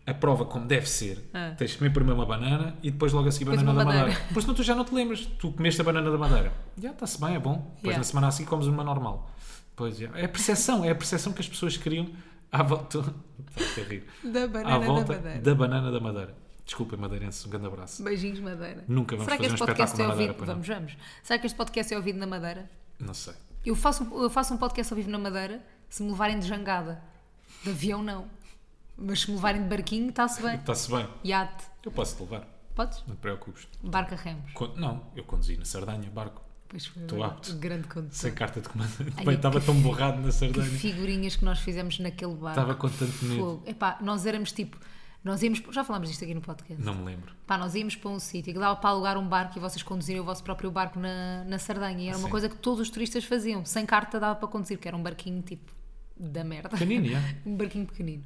[SPEAKER 2] a prova como deve ser,
[SPEAKER 1] Ah.
[SPEAKER 2] tens de comer primeiro uma banana e depois logo a seguir
[SPEAKER 1] Depois
[SPEAKER 2] banana
[SPEAKER 1] uma
[SPEAKER 2] da madeira.
[SPEAKER 1] banana.
[SPEAKER 2] Pois não, tu já não te lembras. Tu comeste a banana da madeira. Já está-se bem, é bom. Depois
[SPEAKER 1] Yeah.
[SPEAKER 2] na semana a seguir comes uma normal. Pois já. É a percepção, é a percepção que as pessoas criam à volta. Estás a rir.
[SPEAKER 1] Da
[SPEAKER 2] À
[SPEAKER 1] banana
[SPEAKER 2] volta
[SPEAKER 1] da madeira.
[SPEAKER 2] da banana da madeira. Desculpem, madeirense, um grande abraço.
[SPEAKER 1] Beijinhos, madeira.
[SPEAKER 2] Nunca vamos
[SPEAKER 1] Será que
[SPEAKER 2] fazer
[SPEAKER 1] este
[SPEAKER 2] um
[SPEAKER 1] podcast é
[SPEAKER 2] espetáculo na Madeira,
[SPEAKER 1] ouvido?
[SPEAKER 2] pois não.
[SPEAKER 1] vamos, vamos. Será que este podcast é ouvido na madeira?
[SPEAKER 2] Não sei.
[SPEAKER 1] Eu faço, um- eu faço um podcast ao vivo na madeira se me levarem de jangada. De avião, não. Mas se me levarem de barquinho, está-se bem.
[SPEAKER 2] Está-se bem.
[SPEAKER 1] Iate.
[SPEAKER 2] Eu posso te levar.
[SPEAKER 1] Podes?
[SPEAKER 2] Não te preocupes.
[SPEAKER 1] Barca Remos.
[SPEAKER 2] Con- Não, eu conduzi na Sardanha, barco.
[SPEAKER 1] Pois foi
[SPEAKER 2] Estou
[SPEAKER 1] um
[SPEAKER 2] apto.
[SPEAKER 1] grande condutor.
[SPEAKER 2] Sem carta de comandante.
[SPEAKER 1] Ai, é
[SPEAKER 2] Bem,
[SPEAKER 1] que
[SPEAKER 2] estava tão borrado na
[SPEAKER 1] Que
[SPEAKER 2] Sardanha.
[SPEAKER 1] figurinhas que nós fizemos naquele barco.
[SPEAKER 2] Estava com tanto medo.
[SPEAKER 1] Ah, Fogo. Epá, nós éramos tipo. Nós íamos. Já falámos disto aqui no podcast.
[SPEAKER 2] Não me lembro.
[SPEAKER 1] Pá, nós íamos para um sítio que dava para alugar um barco e vocês conduziam o vosso próprio barco na, na Sardanha. E era uma
[SPEAKER 2] Sim.
[SPEAKER 1] coisa que todos os turistas faziam. Sem carta dava para conduzir, que era um barquinho tipo da merda.
[SPEAKER 2] Pequenino, é?
[SPEAKER 1] um barquinho pequenino.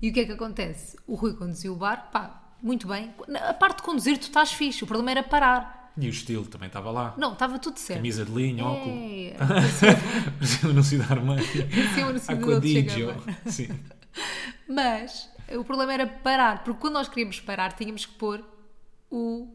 [SPEAKER 1] E o que é que acontece? O Rui conduziu o barco, pá, muito bem. Na- A parte de conduzir tu estás fixe, o problema era parar.
[SPEAKER 2] E o estilo também estava lá.
[SPEAKER 1] Não, estava tudo certo.
[SPEAKER 2] Camisa de linho, óculos.
[SPEAKER 1] É,
[SPEAKER 2] Anúncio da Armani.
[SPEAKER 1] parecia o anúncio do Dolce
[SPEAKER 2] Aquadigio.
[SPEAKER 1] Gabbana.
[SPEAKER 2] Sim.
[SPEAKER 1] Mas o problema era parar, porque quando nós queríamos parar, tínhamos que pôr o.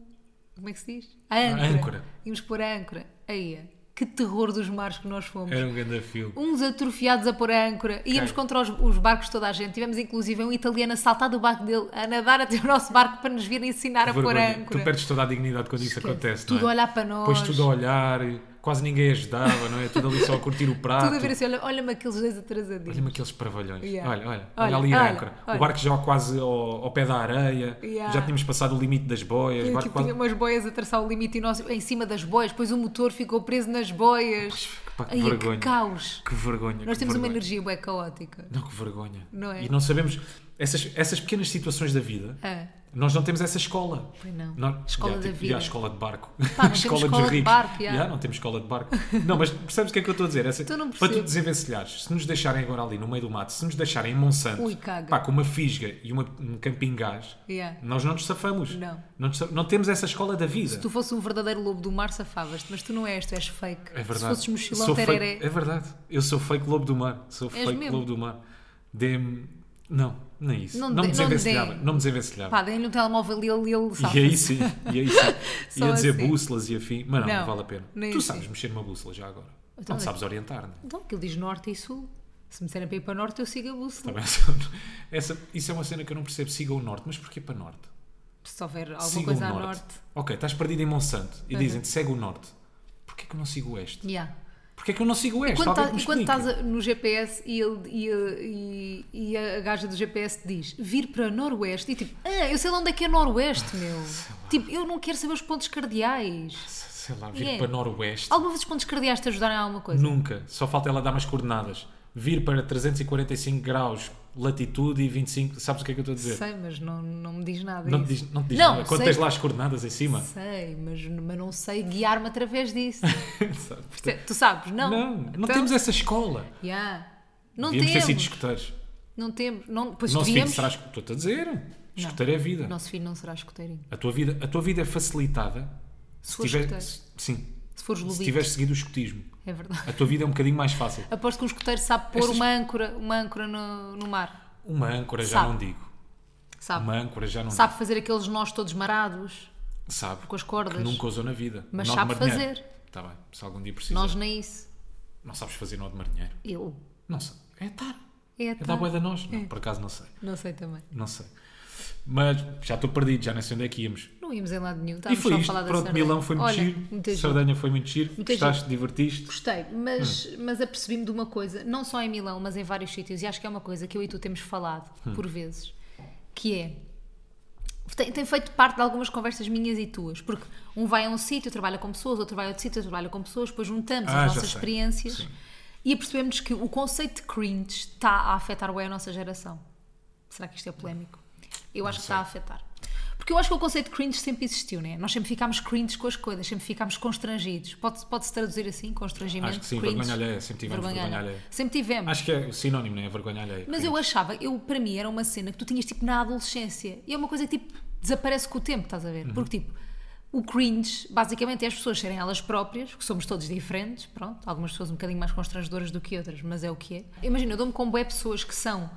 [SPEAKER 1] Como é que se diz? A âncora.
[SPEAKER 2] âncora.
[SPEAKER 1] Tínhamos que pôr a âncora. Aí, é. que terror dos mares que nós fomos.
[SPEAKER 2] Era um grande fio.
[SPEAKER 1] Uns atrofiados a pôr a âncora, íamos
[SPEAKER 2] Ok.
[SPEAKER 1] contra os, os barcos de toda a gente. Tivemos inclusive um italiano a saltar do barco dele, a nadar até o nosso barco para nos vir ensinar a pôr a
[SPEAKER 2] Vergonha.
[SPEAKER 1] âncora.
[SPEAKER 2] Tu perdes toda a dignidade quando isso
[SPEAKER 1] né? Esquece.
[SPEAKER 2] acontece,
[SPEAKER 1] Tudo
[SPEAKER 2] não
[SPEAKER 1] a
[SPEAKER 2] é?
[SPEAKER 1] olhar para nós.
[SPEAKER 2] Pois tudo a olhar, quase ninguém ajudava, não é? Tudo ali só a curtir o prato.
[SPEAKER 1] Tudo a ver assim, olha- olha-me aqueles dois atrasadinhos.
[SPEAKER 2] Olha-me aqueles parvalhões.
[SPEAKER 1] Yeah.
[SPEAKER 2] Olha, olha,
[SPEAKER 1] Olha,
[SPEAKER 2] olha, ali a
[SPEAKER 1] olha,
[SPEAKER 2] âncora.
[SPEAKER 1] olha.
[SPEAKER 2] O barco já quase ao, ao pé da areia.
[SPEAKER 1] Yeah.
[SPEAKER 2] Já tínhamos passado o limite das boias. O barco
[SPEAKER 1] Tipo, tinha
[SPEAKER 2] quase...
[SPEAKER 1] umas boias a traçar o limite e nós em cima das boias, depois o motor ficou preso nas boias.
[SPEAKER 2] Pá, que
[SPEAKER 1] Ai, é
[SPEAKER 2] vergonha.
[SPEAKER 1] caos.
[SPEAKER 2] Que vergonha.
[SPEAKER 1] Nós
[SPEAKER 2] que
[SPEAKER 1] temos uma
[SPEAKER 2] vergonha.
[SPEAKER 1] energia bué caótica.
[SPEAKER 2] Não, que vergonha.
[SPEAKER 1] Não é?
[SPEAKER 2] E não sabemos. Essas, essas pequenas situações da vida,
[SPEAKER 1] É.
[SPEAKER 2] nós não temos essa escola.
[SPEAKER 1] Pois não.
[SPEAKER 2] Nós-
[SPEAKER 1] Escola da vida.
[SPEAKER 2] yeah, escola de barco.
[SPEAKER 1] não temos escola de barco, yeah.
[SPEAKER 2] Yeah, não temos escola de barco. não, mas percebes o que é que eu estou a dizer? Essa-
[SPEAKER 1] Tu não
[SPEAKER 2] para tu
[SPEAKER 1] percebes.
[SPEAKER 2] desenvencilhares, se nos deixarem agora ali no meio do mato, se nos deixarem em Monsanto,
[SPEAKER 1] Ui, caga.
[SPEAKER 2] pá, com uma fisga e uma, um camping gás,
[SPEAKER 1] Yeah.
[SPEAKER 2] nós não nos safamos.
[SPEAKER 1] Não.
[SPEAKER 2] Não, nos sa- não temos essa escola da vida.
[SPEAKER 1] Se tu fosse um verdadeiro lobo do mar, safavas-te, mas tu não és, tu és fake.
[SPEAKER 2] É verdade.
[SPEAKER 1] Se fosses mochilão
[SPEAKER 2] Sou fake-
[SPEAKER 1] tereré.
[SPEAKER 2] É verdade. Eu sou fake lobo do mar. Sou
[SPEAKER 1] És
[SPEAKER 2] fake
[SPEAKER 1] mesmo?
[SPEAKER 2] lobo do mar. Dê-me. Não, nem isso.
[SPEAKER 1] Não
[SPEAKER 2] Não,
[SPEAKER 1] dê-
[SPEAKER 2] me
[SPEAKER 1] não
[SPEAKER 2] desenvencilhava.
[SPEAKER 1] dê.
[SPEAKER 2] Não, me desenvencilhava.
[SPEAKER 1] Pá, deem-lhe um telemóvel e ele, ele safa.
[SPEAKER 2] e é aí sim, e aí sim.
[SPEAKER 1] Só
[SPEAKER 2] Ia dizer
[SPEAKER 1] assim.
[SPEAKER 2] bússolas e afim. Mas não, não,
[SPEAKER 1] Não,
[SPEAKER 2] vale a pena.
[SPEAKER 1] nem
[SPEAKER 2] Tu
[SPEAKER 1] assim.
[SPEAKER 2] sabes mexer numa bússola já agora.
[SPEAKER 1] Então,
[SPEAKER 2] não te
[SPEAKER 1] mas-
[SPEAKER 2] sabes orientar, não é?
[SPEAKER 1] Então, que ele diz norte e sul. Se me disserem para ir para norte, eu sigo a bússola.
[SPEAKER 2] Também sou- Essa, isso é uma cena que eu não percebo. Siga o norte, mas porquê para norte?
[SPEAKER 1] Se houver alguma
[SPEAKER 2] Siga
[SPEAKER 1] coisa
[SPEAKER 2] Tá. o
[SPEAKER 1] a
[SPEAKER 2] norte.
[SPEAKER 1] norte. Uhum.
[SPEAKER 2] Ok, estás perdido em Monsanto e dizem-te segue o norte. Porquê que eu não sigo o oeste?
[SPEAKER 1] Yeah.
[SPEAKER 2] Porquê que eu não sigo o oeste?
[SPEAKER 1] Quando
[SPEAKER 2] Alguém
[SPEAKER 1] tá-
[SPEAKER 2] que me
[SPEAKER 1] e quando
[SPEAKER 2] explique.
[SPEAKER 1] estás a- no GPS e, ele- e a- e- e a gaja do GPS te diz vir para Noroeste e tipo, ah, eu sei lá onde é que é Noroeste, meu. tipo, eu não quero saber os pontos cardeais.
[SPEAKER 2] Sei lá, vir
[SPEAKER 1] Yeah.
[SPEAKER 2] para noroeste.
[SPEAKER 1] Alguma vez os pontos cardeais te ajudaram a alguma coisa?
[SPEAKER 2] Nunca. Só falta ela dar umas coordenadas. Vir para 345 graus latitude e 25. Sabes o que é que eu estou a dizer?
[SPEAKER 1] Sei, mas não, não me diz nada.
[SPEAKER 2] Não te
[SPEAKER 1] isso.
[SPEAKER 2] diz, não te diz
[SPEAKER 1] Não,
[SPEAKER 2] nada. Quando
[SPEAKER 1] sei.
[SPEAKER 2] tens lá as coordenadas em cima.
[SPEAKER 1] Sei, mas, mas não sei guiar-me através disso.
[SPEAKER 2] Sabe?
[SPEAKER 1] Perce- tu sabes, não?
[SPEAKER 2] não, não
[SPEAKER 1] Então,
[SPEAKER 2] temos essa escola.
[SPEAKER 1] yeah. Não
[SPEAKER 2] Devíamos ter sido
[SPEAKER 1] temos.
[SPEAKER 2] escuteiros.
[SPEAKER 1] Não temos. Não, pois
[SPEAKER 2] Nosso filho
[SPEAKER 1] devíamos.
[SPEAKER 2] será escu- Estou-te a dizer. Escuteiro é a vida.
[SPEAKER 1] Nosso filho não será escuteirinho.
[SPEAKER 2] A tua vida. A tua vida é facilitada se,
[SPEAKER 1] for
[SPEAKER 2] tiver,
[SPEAKER 1] escuteiro.
[SPEAKER 2] se, sim,
[SPEAKER 1] Se fores
[SPEAKER 2] se
[SPEAKER 1] lobito.
[SPEAKER 2] tiveres seguido o escutismo.
[SPEAKER 1] É verdade.
[SPEAKER 2] A tua vida é um bocadinho mais fácil.
[SPEAKER 1] Aposto que um escoteiro sabe pôr
[SPEAKER 2] Estas-
[SPEAKER 1] uma âncora, uma âncora no, no mar.
[SPEAKER 2] Uma âncora já
[SPEAKER 1] Sabe.
[SPEAKER 2] não digo.
[SPEAKER 1] Sabe?
[SPEAKER 2] Uma âncora já não
[SPEAKER 1] Sabe fazer aqueles nós todos marados,
[SPEAKER 2] digo. Sabe.
[SPEAKER 1] com as cordas.
[SPEAKER 2] que nunca usou na vida. Um
[SPEAKER 1] Mas
[SPEAKER 2] Nó de
[SPEAKER 1] sabe
[SPEAKER 2] marinheiro.
[SPEAKER 1] fazer.
[SPEAKER 2] Tá bem, se algum dia precisar.
[SPEAKER 1] Nós nem isso.
[SPEAKER 2] Não sabes fazer nó de marinheiro?
[SPEAKER 1] Eu.
[SPEAKER 2] Não sei. É tar.
[SPEAKER 1] É,
[SPEAKER 2] É
[SPEAKER 1] tá.
[SPEAKER 2] dar boia da nós? Não, por acaso não sei.
[SPEAKER 1] Não sei também.
[SPEAKER 2] Não sei. Mas já estou perdido, já não sei onde é que íamos.
[SPEAKER 1] Não ímos em lado nenhum.
[SPEAKER 2] E
[SPEAKER 1] Estávamos
[SPEAKER 2] foi
[SPEAKER 1] só a
[SPEAKER 2] isto.
[SPEAKER 1] falar da
[SPEAKER 2] Pronto,
[SPEAKER 1] Sardanha.
[SPEAKER 2] Milão foi muito
[SPEAKER 1] Olha,
[SPEAKER 2] giro.
[SPEAKER 1] muita
[SPEAKER 2] Sardanha foi muito giro.
[SPEAKER 1] Muita
[SPEAKER 2] Gostaste, divertiste.
[SPEAKER 1] Gostei, mas,
[SPEAKER 2] Hum.
[SPEAKER 1] mas apercebi-me de uma coisa, não só em Milão, mas em vários sítios, e acho que é uma coisa que eu e tu temos falado
[SPEAKER 2] Hum.
[SPEAKER 1] por vezes, que é. Tem, tem feito parte de algumas conversas minhas e tuas, porque um vai a um sítio, trabalha com pessoas, outro vai a outro sítio, trabalha com pessoas, depois juntamos as
[SPEAKER 2] Ah, já
[SPEAKER 1] nossas
[SPEAKER 2] sei.
[SPEAKER 1] experiências
[SPEAKER 2] Sim.
[SPEAKER 1] e apercebemos que o conceito de cringe está a afetar bem a nossa geração. Será que isto é polémico? Eu acho que está a afetar. Porque eu acho que o conceito de cringe sempre existiu, né? Nós sempre ficámos cringe com as coisas, sempre ficámos constrangidos. Pode- Pode-se traduzir assim, constrangimento?
[SPEAKER 2] Acho que sim,
[SPEAKER 1] cringe?
[SPEAKER 2] vergonha alheia. Sempre tivemos vergonha, alheia.
[SPEAKER 1] Sempre tivemos.
[SPEAKER 2] Acho que é o sinónimo, não é? A vergonha alheia.
[SPEAKER 1] Mas eu achava, eu, para mim era uma cena que tu tinhas tipo na adolescência e é uma coisa que tipo desaparece com o tempo, estás a ver? Porque tipo, o cringe basicamente é as pessoas serem elas próprias, que somos todos diferentes, pronto, algumas pessoas um bocadinho mais constrangedoras do que outras, mas é o que é. Imagina, eu dou-me com bué pessoas que são,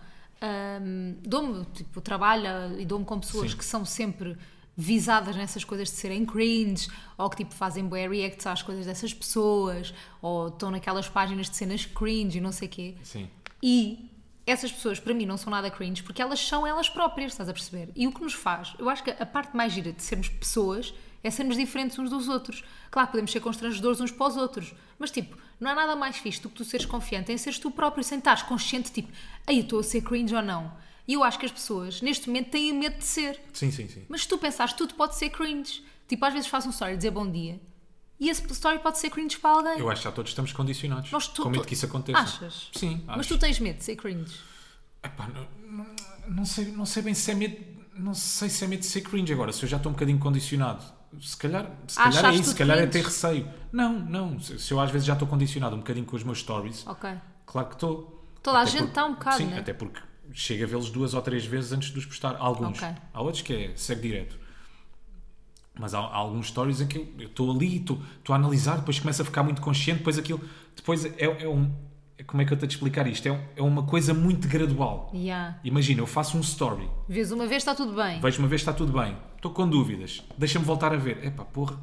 [SPEAKER 1] hum, dou-me, tipo, trabalho e dou-me com pessoas
[SPEAKER 2] Sim.
[SPEAKER 1] que são sempre visadas nessas coisas de serem cringe ou que tipo fazem bué reacts às coisas dessas pessoas ou estão naquelas páginas de cenas cringe e não sei o quê
[SPEAKER 2] Sim.
[SPEAKER 1] e essas pessoas, para mim, não são nada cringe porque elas são elas próprias, estás a perceber? E o que nos faz, eu acho que a parte mais gira de sermos pessoas é sermos diferentes uns dos outros. Claro que podemos ser constrangedores uns para os outros, mas tipo, não há nada mais fixe do que tu seres confiante em seres tu próprio, sem estares consciente, tipo, aí eu estou a ser cringe ou não. E E eu acho que as pessoas, neste momento, têm medo de ser.
[SPEAKER 2] Sim, sim, sim.
[SPEAKER 1] Mas se tu pensares, tudo pode ser cringe. Tipo, às vezes faço um story dizer bom dia e esse story pode ser cringe para alguém.
[SPEAKER 2] Eu acho que já todos estamos condicionados.
[SPEAKER 1] Nós tu-
[SPEAKER 2] com medo
[SPEAKER 1] tu-
[SPEAKER 2] que isso aconteça.
[SPEAKER 1] Achas?
[SPEAKER 2] Sim,
[SPEAKER 1] Mas
[SPEAKER 2] acho.
[SPEAKER 1] tu tens medo de ser cringe.
[SPEAKER 2] Epá, não, não- não sei, não sei bem se é medo. Não sei se é medo de ser cringe agora, se eu já estou um bocadinho condicionado. Se calhar, se
[SPEAKER 1] Ah,
[SPEAKER 2] calhar é
[SPEAKER 1] achaste
[SPEAKER 2] isso, se
[SPEAKER 1] tudo
[SPEAKER 2] calhar é
[SPEAKER 1] cringe?
[SPEAKER 2] ter receio. Não, não. Se se eu às vezes já estou condicionado um bocadinho com os meus stories,
[SPEAKER 1] Ok.
[SPEAKER 2] claro que estou.
[SPEAKER 1] Oh. Toda a
[SPEAKER 2] Até
[SPEAKER 1] gente
[SPEAKER 2] porque-
[SPEAKER 1] está um bocado,
[SPEAKER 2] Sim,
[SPEAKER 1] né?
[SPEAKER 2] até porque chega a vê-los duas ou três vezes antes de os postar. Alguns.
[SPEAKER 1] Ok.
[SPEAKER 2] Há outros que é, segue direto. Mas há, há alguns stories em que eu- eu estou ali, estou estou a analisar, depois começo a ficar muito consciente, depois aquilo. Depois é, é um. é- Como é que eu tenho de explicar isto? É, um- é uma coisa muito gradual.
[SPEAKER 1] Yeah.
[SPEAKER 2] Imagina, eu faço um story,
[SPEAKER 1] Vês uma vez, está tudo bem.
[SPEAKER 2] vejo uma vez está tudo bem, estou com dúvidas, deixa-me voltar a ver. Epá, porra,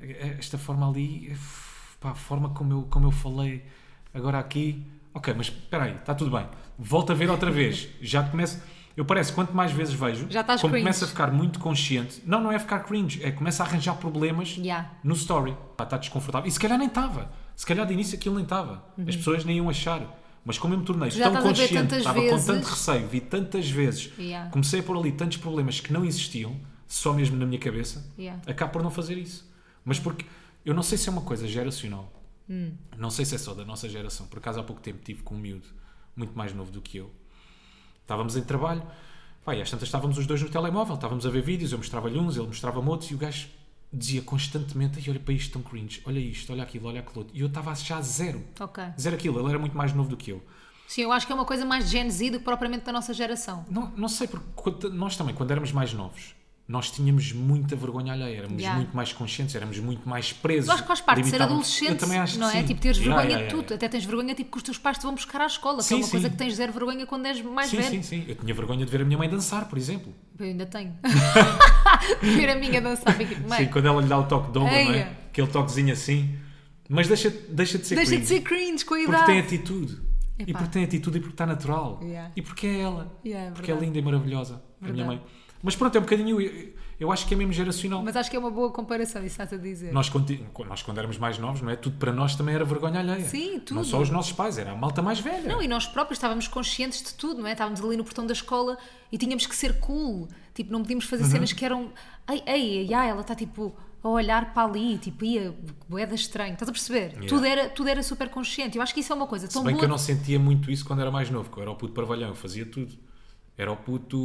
[SPEAKER 2] É, esta forma ali, f- pá, a forma como eu, como eu falei agora aqui, ok, mas espera aí, está tudo bem. Volto a ver outra vez, já começo. Eu parece, quanto mais vezes vejo,
[SPEAKER 1] Já estás
[SPEAKER 2] como
[SPEAKER 1] cringe.
[SPEAKER 2] começo a ficar muito consciente, não, não é ficar cringe, é começa a arranjar problemas
[SPEAKER 1] Yeah.
[SPEAKER 2] no story. Pá, está desconfortável. E se calhar nem estava. Se calhar de início aquilo nem estava. As pessoas nem iam achar. Mas como eu me tornei
[SPEAKER 1] Uhum. já
[SPEAKER 2] tão
[SPEAKER 1] estás a ver
[SPEAKER 2] consciente,
[SPEAKER 1] tantas
[SPEAKER 2] estava
[SPEAKER 1] vezes.
[SPEAKER 2] com tanto receio, vi tantas vezes,
[SPEAKER 1] Yeah.
[SPEAKER 2] comecei a pôr ali tantos problemas que não existiam, só mesmo na minha cabeça,
[SPEAKER 1] Yeah.
[SPEAKER 2] acabo por não fazer isso. Mas porque eu não sei se é uma coisa geracional, não sei se é só da nossa geração. Por acaso há pouco tempo tive com um miúdo muito mais novo do que eu. Estávamos em trabalho, pá, e às tantas estávamos os dois no telemóvel, estávamos a ver vídeos, eu mostrava-lhe uns, ele mostrava-me outros, e o gajo dizia constantemente: "Ai, olha para isto tão cringe, olha isto, olha aquilo, olha aquilo outro. E eu estava a achar zero,
[SPEAKER 1] Ok.
[SPEAKER 2] zero aquilo, ele era muito mais novo do que eu.
[SPEAKER 1] Sim, eu acho que é uma coisa mais de Gen Z do que propriamente da nossa geração.
[SPEAKER 2] Não, não sei, porque quando- nós também, quando éramos mais novos, nós tínhamos muita vergonha alheia, éramos
[SPEAKER 1] Yeah.
[SPEAKER 2] muito mais conscientes, éramos muito mais presos.
[SPEAKER 1] Eu acho que faz parte de ser
[SPEAKER 2] limitávamos-
[SPEAKER 1] adolescente,
[SPEAKER 2] Eu também acho
[SPEAKER 1] não
[SPEAKER 2] que
[SPEAKER 1] é?
[SPEAKER 2] sim.
[SPEAKER 1] Tipo, teres
[SPEAKER 2] Yeah,
[SPEAKER 1] vergonha
[SPEAKER 2] yeah,
[SPEAKER 1] de
[SPEAKER 2] yeah,
[SPEAKER 1] tudo. Até tens vergonha tipo, que os teus pais te vão buscar à escola, que é
[SPEAKER 2] Sim,
[SPEAKER 1] uma
[SPEAKER 2] sim.
[SPEAKER 1] coisa que tens zero vergonha quando és mais
[SPEAKER 2] Sim,
[SPEAKER 1] velho.
[SPEAKER 2] sim, sim. Eu tinha vergonha de ver a minha mãe dançar, por exemplo.
[SPEAKER 1] Eu ainda tenho. Ver a minha dançar, fica tipo, mãe,
[SPEAKER 2] Sim, quando é ela lhe dá o toque de ombro, não
[SPEAKER 1] Eia.
[SPEAKER 2] é? Aquele toquezinho assim. Mas deixa, deixa de ser
[SPEAKER 1] deixa de
[SPEAKER 2] cringe,
[SPEAKER 1] ser cringe com a
[SPEAKER 2] Porque tem
[SPEAKER 1] idade.
[SPEAKER 2] atitude. E
[SPEAKER 1] Epá.
[SPEAKER 2] porque tem atitude e porque está natural.
[SPEAKER 1] Yeah.
[SPEAKER 2] E porque é ela.
[SPEAKER 1] Yeah, é
[SPEAKER 2] porque é
[SPEAKER 1] verdade.
[SPEAKER 2] linda e maravilhosa. A minha
[SPEAKER 1] Verdade.
[SPEAKER 2] mãe. Mas pronto, é um bocadinho. eu- Eu acho que é mesmo geracional.
[SPEAKER 1] Mas acho que é uma boa comparação, isso estás a dizer.
[SPEAKER 2] Nós, conti- nós, quando éramos mais novos, não é? Tudo para nós também era vergonha alheia.
[SPEAKER 1] Sim, tudo.
[SPEAKER 2] Não só os nossos pais, era a malta mais velha.
[SPEAKER 1] Não, e nós próprios estávamos conscientes de tudo, não é? Estávamos ali no portão da escola e tínhamos que ser cool. Tipo, não podíamos
[SPEAKER 2] Uhum.
[SPEAKER 1] fazer cenas que eram. Ei, ei, ei, ai, ela está tipo a olhar para ali, tipo, ia, boeda estranho. Estás a perceber? Tudo, era, tudo era super consciente. Eu acho que isso é uma coisa tão
[SPEAKER 2] Se bem
[SPEAKER 1] boa.
[SPEAKER 2] que eu não sentia muito isso quando era mais novo, que eu era o puto parvalhão, eu fazia tudo. Era o puto.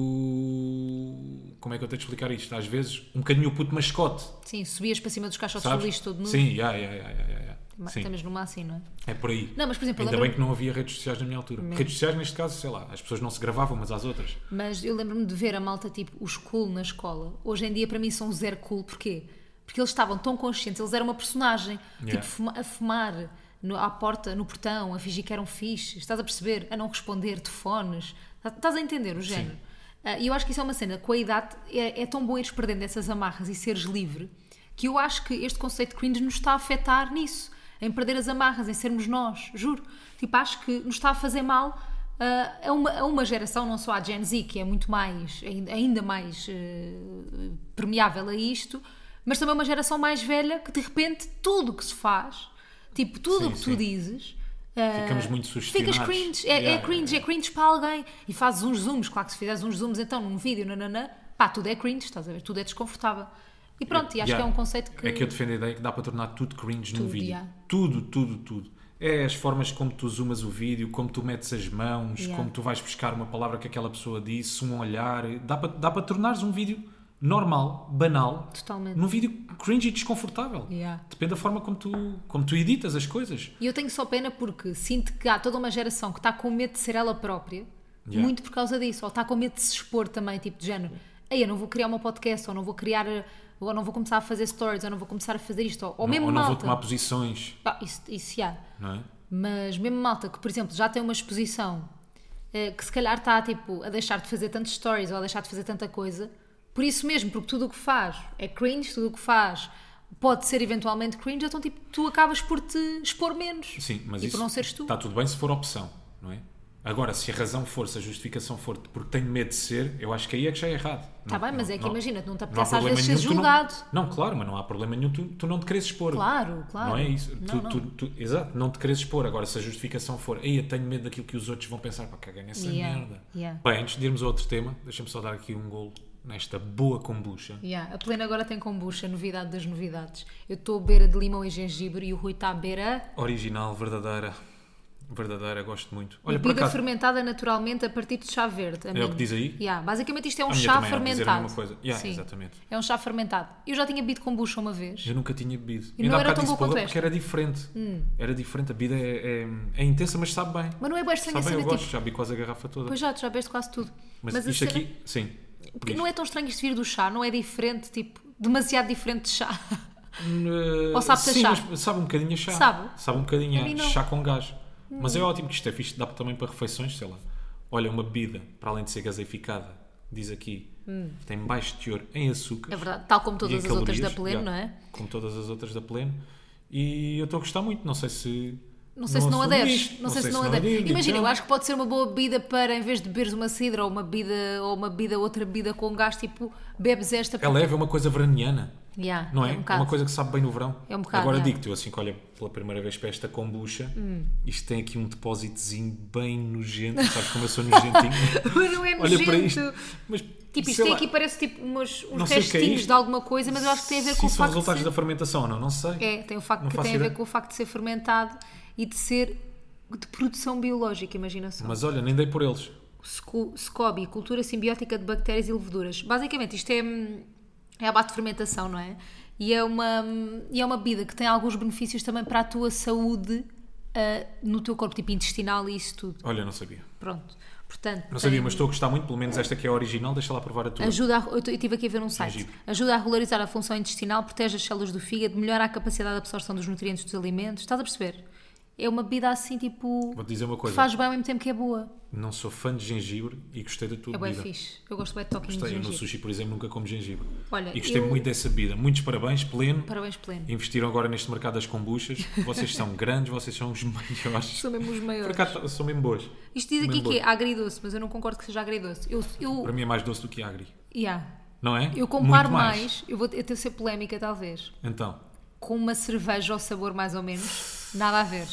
[SPEAKER 2] Como é que eu tenho de explicar isto? Às vezes, um bocadinho o puto mascote,
[SPEAKER 1] Sim, subias para cima dos caixotes do
[SPEAKER 2] sabes?
[SPEAKER 1] lixo todo nu.
[SPEAKER 2] Sim, yeah, yeah, yeah, yeah, yeah, yeah.
[SPEAKER 1] Ma-
[SPEAKER 2] Sim,
[SPEAKER 1] Estamos numa assim, não é?
[SPEAKER 2] é por aí.
[SPEAKER 1] Não, mas, por exemplo, eu
[SPEAKER 2] Ainda
[SPEAKER 1] lembro-
[SPEAKER 2] bem que não havia redes sociais na minha altura. Redes sociais, neste caso, sei lá, as pessoas não se gravavam umas às outras.
[SPEAKER 1] Mas eu lembro-me de ver a malta, tipo, os cool na escola. Hoje em dia, para mim, são zero cool. Porquê? Porque eles estavam tão conscientes, eles eram uma personagem.
[SPEAKER 2] Yeah.
[SPEAKER 1] Tipo, fuma- a fumar no- à porta, no portão, a fingir que eram fixe. Estás a perceber? A não responder de fones. Tá- Estás a entender o género? Ah, E eu acho que isso é uma cena. Com a idade, é, é tão bom ires perdendo essas amarras e seres livre, que eu acho que este conceito de cringe nos está a afetar nisso. Em perder as amarras, em sermos nós, juro. Tipo, acho que nos está a fazer mal ah, a uma, a uma geração, não só a Gen Z, que é muito mais, ainda- ainda mais eh, permeável a isto, mas também uma geração mais velha que de repente tudo o que se faz, tipo tudo
[SPEAKER 2] Sim,
[SPEAKER 1] o que
[SPEAKER 2] sim.
[SPEAKER 1] tu dizes. ah,
[SPEAKER 2] Ficamos muito
[SPEAKER 1] Ficas
[SPEAKER 2] sugestionados.
[SPEAKER 1] cringe, é, é
[SPEAKER 2] Yeah,
[SPEAKER 1] cringe,
[SPEAKER 2] yeah,
[SPEAKER 1] é cringe para alguém. E fazes uns zooms, claro que se fizeres uns zooms então num vídeo, nananã, pá, tudo é cringe, estás a ver? Tudo é desconfortável. E pronto, e acho
[SPEAKER 2] Yeah.
[SPEAKER 1] que é um conceito que.
[SPEAKER 2] É que eu defendo a ideia que dá para tornar tudo cringe num
[SPEAKER 1] Tudo,
[SPEAKER 2] vídeo.
[SPEAKER 1] yeah.
[SPEAKER 2] Tudo, tudo, tudo. É as formas como tu zoomas o vídeo, como tu metes as mãos,
[SPEAKER 1] Yeah.
[SPEAKER 2] como tu vais buscar uma palavra que aquela pessoa disse, um olhar. Dá para, dá para tornares um vídeo normal, banal,
[SPEAKER 1] Totalmente.
[SPEAKER 2] num vídeo cringe e desconfortável.
[SPEAKER 1] Yeah.
[SPEAKER 2] Depende da forma como tu, como tu editas as coisas.
[SPEAKER 1] E eu tenho só pena porque sinto que há toda uma geração que está com medo de ser ela própria,
[SPEAKER 2] Yeah.
[SPEAKER 1] muito por causa disso, ou está com medo de se expor também, tipo de género. Ei, eu não vou criar uma podcast, ou não vou criar, ou não vou começar a fazer stories, ou não vou começar a fazer isto, ou, ou
[SPEAKER 2] Não-
[SPEAKER 1] mesmo
[SPEAKER 2] ou não vou
[SPEAKER 1] malta.
[SPEAKER 2] tomar posições,
[SPEAKER 1] Pá, isso, isso há.
[SPEAKER 2] não é?
[SPEAKER 1] Mas mesmo malta que, por exemplo, já tem uma exposição eh, que se calhar está tipo, a deixar de fazer tantos stories ou a deixar de fazer tanta coisa, por isso mesmo, porque tudo o que faz é cringe, tudo o que faz pode ser eventualmente cringe, então tipo, tu acabas por te expor menos
[SPEAKER 2] Sim, mas
[SPEAKER 1] e
[SPEAKER 2] isso
[SPEAKER 1] por não seres tu.
[SPEAKER 2] está tudo bem se for opção, não é? Agora, se a razão for, se a justificação for porque tenho medo de ser, eu acho que aí é que já é errado.
[SPEAKER 1] Tá
[SPEAKER 2] Não-
[SPEAKER 1] bem, mas
[SPEAKER 2] não-
[SPEAKER 1] é que
[SPEAKER 2] não-
[SPEAKER 1] imagina, tu não te
[SPEAKER 2] há
[SPEAKER 1] apetece às
[SPEAKER 2] problema
[SPEAKER 1] vezes
[SPEAKER 2] nenhum
[SPEAKER 1] ser
[SPEAKER 2] tu não-
[SPEAKER 1] julgado.
[SPEAKER 2] Não, claro, mas não há problema nenhum tu, tu não te queres expor.
[SPEAKER 1] Claro, claro.
[SPEAKER 2] Não é isso. Tu-
[SPEAKER 1] Não, não.
[SPEAKER 2] tu- tu- exato, não te queres expor. Agora, se a justificação for, ei, eu tenho medo daquilo que os outros vão pensar, para cagar nessa
[SPEAKER 1] Yeah,
[SPEAKER 2] merda.
[SPEAKER 1] yeah.
[SPEAKER 2] Bem, antes de irmos a outro tema, deixa-me só dar aqui um golo nesta boa kombucha.
[SPEAKER 1] Yeah, a Plena agora tem kombucha, novidade das novidades. Eu estou a beira de limão e gengibre e o Rui está a beira
[SPEAKER 2] Original, verdadeira. Verdadeira, gosto muito. Olha, por
[SPEAKER 1] bebida
[SPEAKER 2] acaso,
[SPEAKER 1] fermentada naturalmente a partir de chá verde.
[SPEAKER 2] é o que diz aí?
[SPEAKER 1] Yeah, basicamente isto é um
[SPEAKER 2] A minha
[SPEAKER 1] chá
[SPEAKER 2] também era dizer a
[SPEAKER 1] fermentado.
[SPEAKER 2] mesma coisa. Yeah,
[SPEAKER 1] Sim,
[SPEAKER 2] exatamente.
[SPEAKER 1] É um chá fermentado. Eu já tinha bebido kombucha uma vez.
[SPEAKER 2] Eu nunca tinha bebido.
[SPEAKER 1] E não
[SPEAKER 2] há
[SPEAKER 1] era
[SPEAKER 2] bocado
[SPEAKER 1] tão
[SPEAKER 2] disse
[SPEAKER 1] boa
[SPEAKER 2] para o
[SPEAKER 1] quanto Hum.
[SPEAKER 2] Léo, porque era diferente. Era diferente. A bebida é, é- é intensa, mas sabe bem.
[SPEAKER 1] Mas não é boa estranha a
[SPEAKER 2] Sabe bem, eu
[SPEAKER 1] cena
[SPEAKER 2] gosto.
[SPEAKER 1] tipo.
[SPEAKER 2] Já bebi quase a garrafa toda.
[SPEAKER 1] Pois já, tu já bebeste quase tudo.
[SPEAKER 2] mas
[SPEAKER 1] a
[SPEAKER 2] isto
[SPEAKER 1] cena-
[SPEAKER 2] aqui, sim.
[SPEAKER 1] que não é tão estranho isto vir do chá, não é diferente, tipo, demasiado diferente de chá. ou sabe-te a
[SPEAKER 2] Eh, sim,
[SPEAKER 1] chá?
[SPEAKER 2] Mas sabe um bocadinho a chá.
[SPEAKER 1] Sabe?
[SPEAKER 2] um bocadinho
[SPEAKER 1] A mim
[SPEAKER 2] a
[SPEAKER 1] não. Hum.
[SPEAKER 2] chá com gás. Mas é ótimo que isto é fixe. Dá também para refeições, sei lá. Olha, uma bebida, para além de ser gaseificada, diz aqui,
[SPEAKER 1] Hum.
[SPEAKER 2] tem baixo teor em açúcar.
[SPEAKER 1] É verdade, tal como todas
[SPEAKER 2] e em
[SPEAKER 1] as outras da
[SPEAKER 2] calorias,
[SPEAKER 1] Pleno,
[SPEAKER 2] já,
[SPEAKER 1] não é?
[SPEAKER 2] Como todas as outras da Pleno. E eu estou a gostar muito. Não sei se.
[SPEAKER 1] Não sei se não
[SPEAKER 2] assumo
[SPEAKER 1] aderes.
[SPEAKER 2] é isto,
[SPEAKER 1] Não, sei, se não aderes.
[SPEAKER 2] adiro,
[SPEAKER 1] Imagina,
[SPEAKER 2] então.
[SPEAKER 1] eu acho que pode ser uma boa bebida para, em vez de beberes uma cidra ou uma bebida, ou uma bebida, outra bebida com gás, tipo, bebes esta.
[SPEAKER 2] É leve, é uma coisa veraniana.
[SPEAKER 1] Yeah,
[SPEAKER 2] Não
[SPEAKER 1] um
[SPEAKER 2] é? é
[SPEAKER 1] bocado.
[SPEAKER 2] uma coisa que sabe bem no verão.
[SPEAKER 1] É um bocado,
[SPEAKER 2] Agora
[SPEAKER 1] é. Hum.
[SPEAKER 2] digo-te, eu assim que olha pela primeira vez para esta kombucha, isto tem aqui um depósitozinho bem nojento. Sabes como eu sou nojentinho?
[SPEAKER 1] Mas não é
[SPEAKER 2] olha para
[SPEAKER 1] nojento.
[SPEAKER 2] isto. Mas,
[SPEAKER 1] Tipo, isto
[SPEAKER 2] sei
[SPEAKER 1] tem
[SPEAKER 2] lá,
[SPEAKER 1] aqui parece tipo umas, uns
[SPEAKER 2] Não sei o que é
[SPEAKER 1] restinhos
[SPEAKER 2] isto.
[SPEAKER 1] de alguma coisa, mas eu acho que tem a ver
[SPEAKER 2] se
[SPEAKER 1] com o
[SPEAKER 2] isso são
[SPEAKER 1] facto de
[SPEAKER 2] resultados
[SPEAKER 1] ser...
[SPEAKER 2] da fermentação ou não, não sei.
[SPEAKER 1] É, tem, o facto
[SPEAKER 2] Não
[SPEAKER 1] que
[SPEAKER 2] faço
[SPEAKER 1] tem a ver
[SPEAKER 2] ideia.
[SPEAKER 1] com o facto de ser fermentado e de ser de produção biológica, imagina só.
[SPEAKER 2] Mas olha, nem dei por eles.
[SPEAKER 1] Sco- SCOBY, cultura simbiótica de bactérias e leveduras. Basicamente, isto é, hum, é a base de fermentação, não é? E é, uma, hum, e é uma bebida que tem alguns benefícios também para a tua saúde ah, no teu corpo, tipo intestinal e isso tudo.
[SPEAKER 2] Olha, não sabia.
[SPEAKER 1] Pronto. Portanto,
[SPEAKER 2] Não sabia,
[SPEAKER 1] tem-
[SPEAKER 2] mas estou a gostar muito. Pelo menos esta aqui é a original. Deixa lá provar a tua.
[SPEAKER 1] Ajuda a, eu estive aqui a ver um site.
[SPEAKER 2] Gengibre.
[SPEAKER 1] Ajuda a regularizar a função intestinal, protege as células do fígado, melhora a capacidade de absorção dos nutrientes dos alimentos. Estás a perceber? É uma bebida assim, tipo.
[SPEAKER 2] Vou-te dizer uma
[SPEAKER 1] que
[SPEAKER 2] coisa.
[SPEAKER 1] faz bem ao mesmo tempo que é boa.
[SPEAKER 2] Não sou fã de gengibre e gostei da tua
[SPEAKER 1] É bem
[SPEAKER 2] bebida.
[SPEAKER 1] fixe. Eu gosto bem de toquinhos de
[SPEAKER 2] Gostei, eu no
[SPEAKER 1] gengibre.
[SPEAKER 2] sushi, por exemplo, nunca como gengibre.
[SPEAKER 1] Olha,
[SPEAKER 2] e gostei
[SPEAKER 1] eu-
[SPEAKER 2] muito dessa bebida. Muitos parabéns, pleno.
[SPEAKER 1] Parabéns, pleno.
[SPEAKER 2] Investiram agora neste mercado das kombuchas. Vocês são grandes, vocês são os maiores.
[SPEAKER 1] São mesmo os maiores.
[SPEAKER 2] Por acaso são mesmo boas.
[SPEAKER 1] Isto diz
[SPEAKER 2] Mesmo
[SPEAKER 1] aqui que é
[SPEAKER 2] boas.
[SPEAKER 1] agridoce, mas eu não concordo que seja agridoce. Eu,
[SPEAKER 2] Para
[SPEAKER 1] eu,
[SPEAKER 2] mim é mais doce do que agri.
[SPEAKER 1] yeah.
[SPEAKER 2] Não é?
[SPEAKER 1] eu comparo
[SPEAKER 2] Muito
[SPEAKER 1] mais. eu vou até ser polémica talvez,
[SPEAKER 2] Então,
[SPEAKER 1] com uma cerveja ao sabor mais ou menos, nada a ver.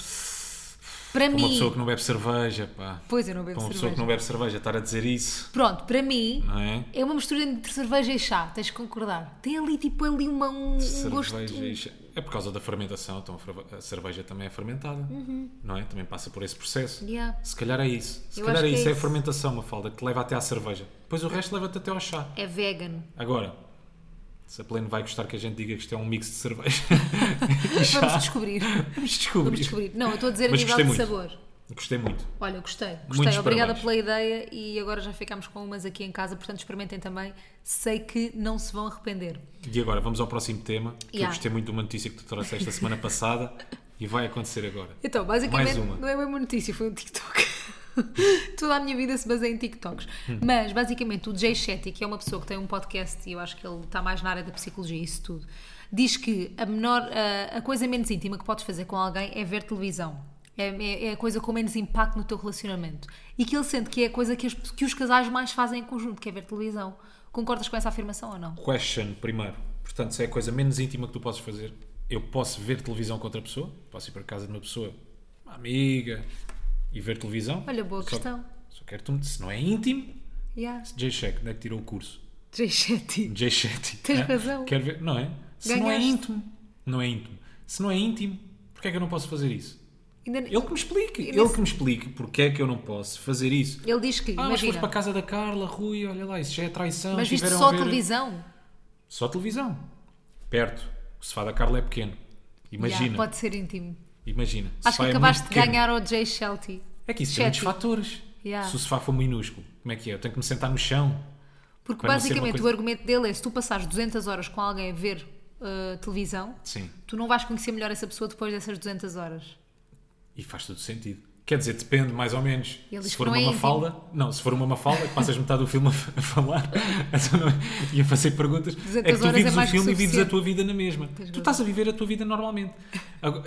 [SPEAKER 1] Para
[SPEAKER 2] para uma
[SPEAKER 1] mim,
[SPEAKER 2] pessoa que não bebe cerveja, pá.
[SPEAKER 1] pois eu não
[SPEAKER 2] Para
[SPEAKER 1] bebo
[SPEAKER 2] uma pessoa
[SPEAKER 1] cerveja.
[SPEAKER 2] que não bebe cerveja, estar a dizer isso,
[SPEAKER 1] Pronto, para mim
[SPEAKER 2] não é?
[SPEAKER 1] é uma mistura entre cerveja e chá, tens de concordar. Tem ali tipo ali uma, um, um gosto.
[SPEAKER 2] Cerveja. e chá. É por causa da fermentação, então a ferva- a cerveja também é fermentada,
[SPEAKER 1] Uhum.
[SPEAKER 2] não é? Também passa por esse processo.
[SPEAKER 1] Yeah.
[SPEAKER 2] Se calhar é isso. Se
[SPEAKER 1] Eu
[SPEAKER 2] calhar
[SPEAKER 1] acho
[SPEAKER 2] é
[SPEAKER 1] que é
[SPEAKER 2] isso, é a
[SPEAKER 1] isso.
[SPEAKER 2] fermentação, uma falda, que te leva até à cerveja. Depois o resto leva-te até ao chá.
[SPEAKER 1] É vegan.
[SPEAKER 2] Agora, se a Pleno vai gostar que a gente diga que isto é um mix de cerveja,
[SPEAKER 1] Vamos descobrir.
[SPEAKER 2] vamos descobrir.
[SPEAKER 1] Vamos descobrir. Não, eu estou a dizer
[SPEAKER 2] Mas
[SPEAKER 1] a nível de
[SPEAKER 2] gostei
[SPEAKER 1] sabor.
[SPEAKER 2] Gostei muito.
[SPEAKER 1] Olha, gostei, gostei.
[SPEAKER 2] Muitos
[SPEAKER 1] Obrigada
[SPEAKER 2] parabéns.
[SPEAKER 1] pela ideia e agora já ficámos com umas aqui em casa, portanto experimentem também. Sei que não se vão arrepender.
[SPEAKER 2] E agora, vamos ao próximo tema. Que eu
[SPEAKER 1] Yeah.
[SPEAKER 2] gostei muito de uma notícia que tu trouxeste a semana passada e vai acontecer agora.
[SPEAKER 1] Então, basicamente,
[SPEAKER 2] Mais uma.
[SPEAKER 1] não é mesmo notícia, foi um TikTok. Toda a minha vida se baseia em TikToks.
[SPEAKER 2] Uhum.
[SPEAKER 1] Mas, basicamente, o Jay Shetty, que é uma pessoa que tem um podcast e eu acho que ele está mais na área da psicologia, isso tudo, diz que a, menor, a, a coisa menos íntima que podes fazer com alguém é ver televisão. É, é- é a coisa com menos impacto no teu relacionamento. E que ele sente que é a coisa que, as- que os casais mais fazem em conjunto, que é ver televisão. Concordas com essa afirmação ou não?
[SPEAKER 2] Question primeiro. Portanto, se é a coisa menos íntima que tu podes fazer, eu posso ver televisão com outra pessoa, posso ir para casa de uma pessoa, uma amiga, e ver televisão.
[SPEAKER 1] Olha, boa
[SPEAKER 2] Só-
[SPEAKER 1] questão.
[SPEAKER 2] Só quero tu me se não é íntimo,
[SPEAKER 1] Yeah.
[SPEAKER 2] J-Check, onde é que tirou o curso?
[SPEAKER 1] Jay Shetty.
[SPEAKER 2] Jay Shetty.
[SPEAKER 1] Tens
[SPEAKER 2] É?
[SPEAKER 1] razão.
[SPEAKER 2] Quero ver, não é? Se não é
[SPEAKER 1] Ganhaste.
[SPEAKER 2] íntimo, não é íntimo. Se não é íntimo, porque é que eu não posso fazer isso?
[SPEAKER 1] Ainda-
[SPEAKER 2] Ele que me explique,
[SPEAKER 1] E
[SPEAKER 2] ele
[SPEAKER 1] nesse-
[SPEAKER 2] que me explique porque é que eu não posso fazer isso.
[SPEAKER 1] Ele diz que,
[SPEAKER 2] Ah, mas foste
[SPEAKER 1] imagina,
[SPEAKER 2] para a
[SPEAKER 1] mas,
[SPEAKER 2] casa da Carla, Rui, olha lá, isso já é traição.
[SPEAKER 1] viste
[SPEAKER 2] estiveram
[SPEAKER 1] só
[SPEAKER 2] a ver-
[SPEAKER 1] televisão?
[SPEAKER 2] Só televisão. Perto. O sofá da Carla é pequeno. Imagina.
[SPEAKER 1] Yeah, pode ser íntimo.
[SPEAKER 2] Imagina. O
[SPEAKER 1] Acho que
[SPEAKER 2] sofá é
[SPEAKER 1] acabaste
[SPEAKER 2] muito
[SPEAKER 1] de
[SPEAKER 2] pequeno.
[SPEAKER 1] ganhar ao Jay Shetty.
[SPEAKER 2] É que isso tem
[SPEAKER 1] Shetty.
[SPEAKER 2] muitos fatores.
[SPEAKER 1] Yeah.
[SPEAKER 2] Se o sofá for minúsculo, como é que é? Eu tenho que me sentar no chão.
[SPEAKER 1] Porque
[SPEAKER 2] Para não ser uma
[SPEAKER 1] basicamente
[SPEAKER 2] coisa-
[SPEAKER 1] o argumento dele é se tu passares 200 horas com alguém a ver uh, televisão,
[SPEAKER 2] Sim.
[SPEAKER 1] tu não vais conhecer melhor essa pessoa depois dessas 200 horas.
[SPEAKER 2] E faz todo sentido. Quer dizer, depende, mais ou menos.
[SPEAKER 1] Ele diz
[SPEAKER 2] Se
[SPEAKER 1] que
[SPEAKER 2] for
[SPEAKER 1] não
[SPEAKER 2] uma
[SPEAKER 1] é íntimo.
[SPEAKER 2] mafalda. Não, se for uma mafalda, que passas metade do filme a f- a falar e a fazer perguntas. É que tu
[SPEAKER 1] horas é
[SPEAKER 2] vives o
[SPEAKER 1] mais que
[SPEAKER 2] filme e vives a
[SPEAKER 1] suficiente.
[SPEAKER 2] tua vida na mesma. Tu estás a viver a tua vida normalmente. Agora-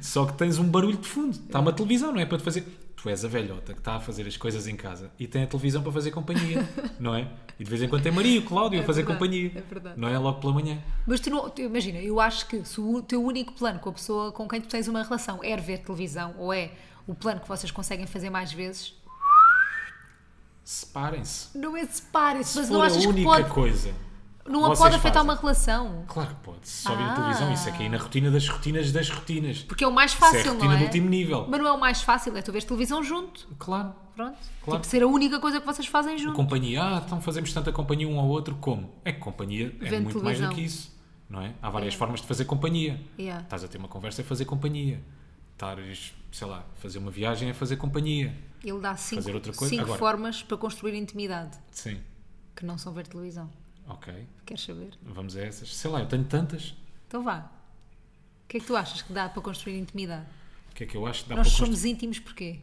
[SPEAKER 2] Só que tens um barulho de fundo. Está uma televisão, não é? Para te fazer. tu és a velhota que está a fazer as coisas em casa e tem a televisão para fazer companhia, não é? E de vez em quando tem Maria e o Cláudio a fazer
[SPEAKER 1] verdade,
[SPEAKER 2] companhia,
[SPEAKER 1] é verdade.
[SPEAKER 2] não é? Logo pela manhã.
[SPEAKER 1] Mas tu não, tu- imagina, eu acho que se o teu único plano com a pessoa com quem tu tens uma relação é ver televisão ou é o plano que vocês conseguem fazer mais vezes,
[SPEAKER 2] Separem-se.
[SPEAKER 1] não é separem-se, mas
[SPEAKER 2] Se
[SPEAKER 1] não
[SPEAKER 2] for a
[SPEAKER 1] achas que
[SPEAKER 2] única
[SPEAKER 1] pode,
[SPEAKER 2] coisa.
[SPEAKER 1] não a
[SPEAKER 2] vocês
[SPEAKER 1] pode afetar
[SPEAKER 2] fazem.
[SPEAKER 1] uma relação?
[SPEAKER 2] Claro que pode. Se só vir
[SPEAKER 1] Ah.
[SPEAKER 2] a televisão, isso é cair na rotina das rotinas das rotinas.
[SPEAKER 1] Porque é o mais
[SPEAKER 2] isso é
[SPEAKER 1] fácil,
[SPEAKER 2] a rotina
[SPEAKER 1] não é?
[SPEAKER 2] do último nível.
[SPEAKER 1] Mas não é o mais fácil, é tu vês televisão junto,
[SPEAKER 2] Claro.
[SPEAKER 1] pronto.
[SPEAKER 2] Claro.
[SPEAKER 1] Tipo, ser a única coisa que vocês fazem junto.
[SPEAKER 2] Companhia, ah, então fazemos tanta companhia um ao outro como? É que companhia é
[SPEAKER 1] Vendo
[SPEAKER 2] muito mais do
[SPEAKER 1] televisão.
[SPEAKER 2] que isso, não é? Há várias formas de fazer companhia.
[SPEAKER 1] Yeah.
[SPEAKER 2] Estás a ter uma conversa é fazer companhia. Estares, sei lá, fazer uma viagem é fazer companhia.
[SPEAKER 1] Ele dá cinco,
[SPEAKER 2] Fazer outra coisa?
[SPEAKER 1] cinco
[SPEAKER 2] Agora.
[SPEAKER 1] formas para construir intimidade,
[SPEAKER 2] Sim.
[SPEAKER 1] que não são ver televisão.
[SPEAKER 2] Ok.
[SPEAKER 1] Queres saber?
[SPEAKER 2] Vamos a essas. Sei lá, eu tenho tantas.
[SPEAKER 1] Então vá. O que é que tu achas que dá para construir intimidade?
[SPEAKER 2] O que é que eu acho que dá
[SPEAKER 1] Nós
[SPEAKER 2] para
[SPEAKER 1] somos íntimos porquê?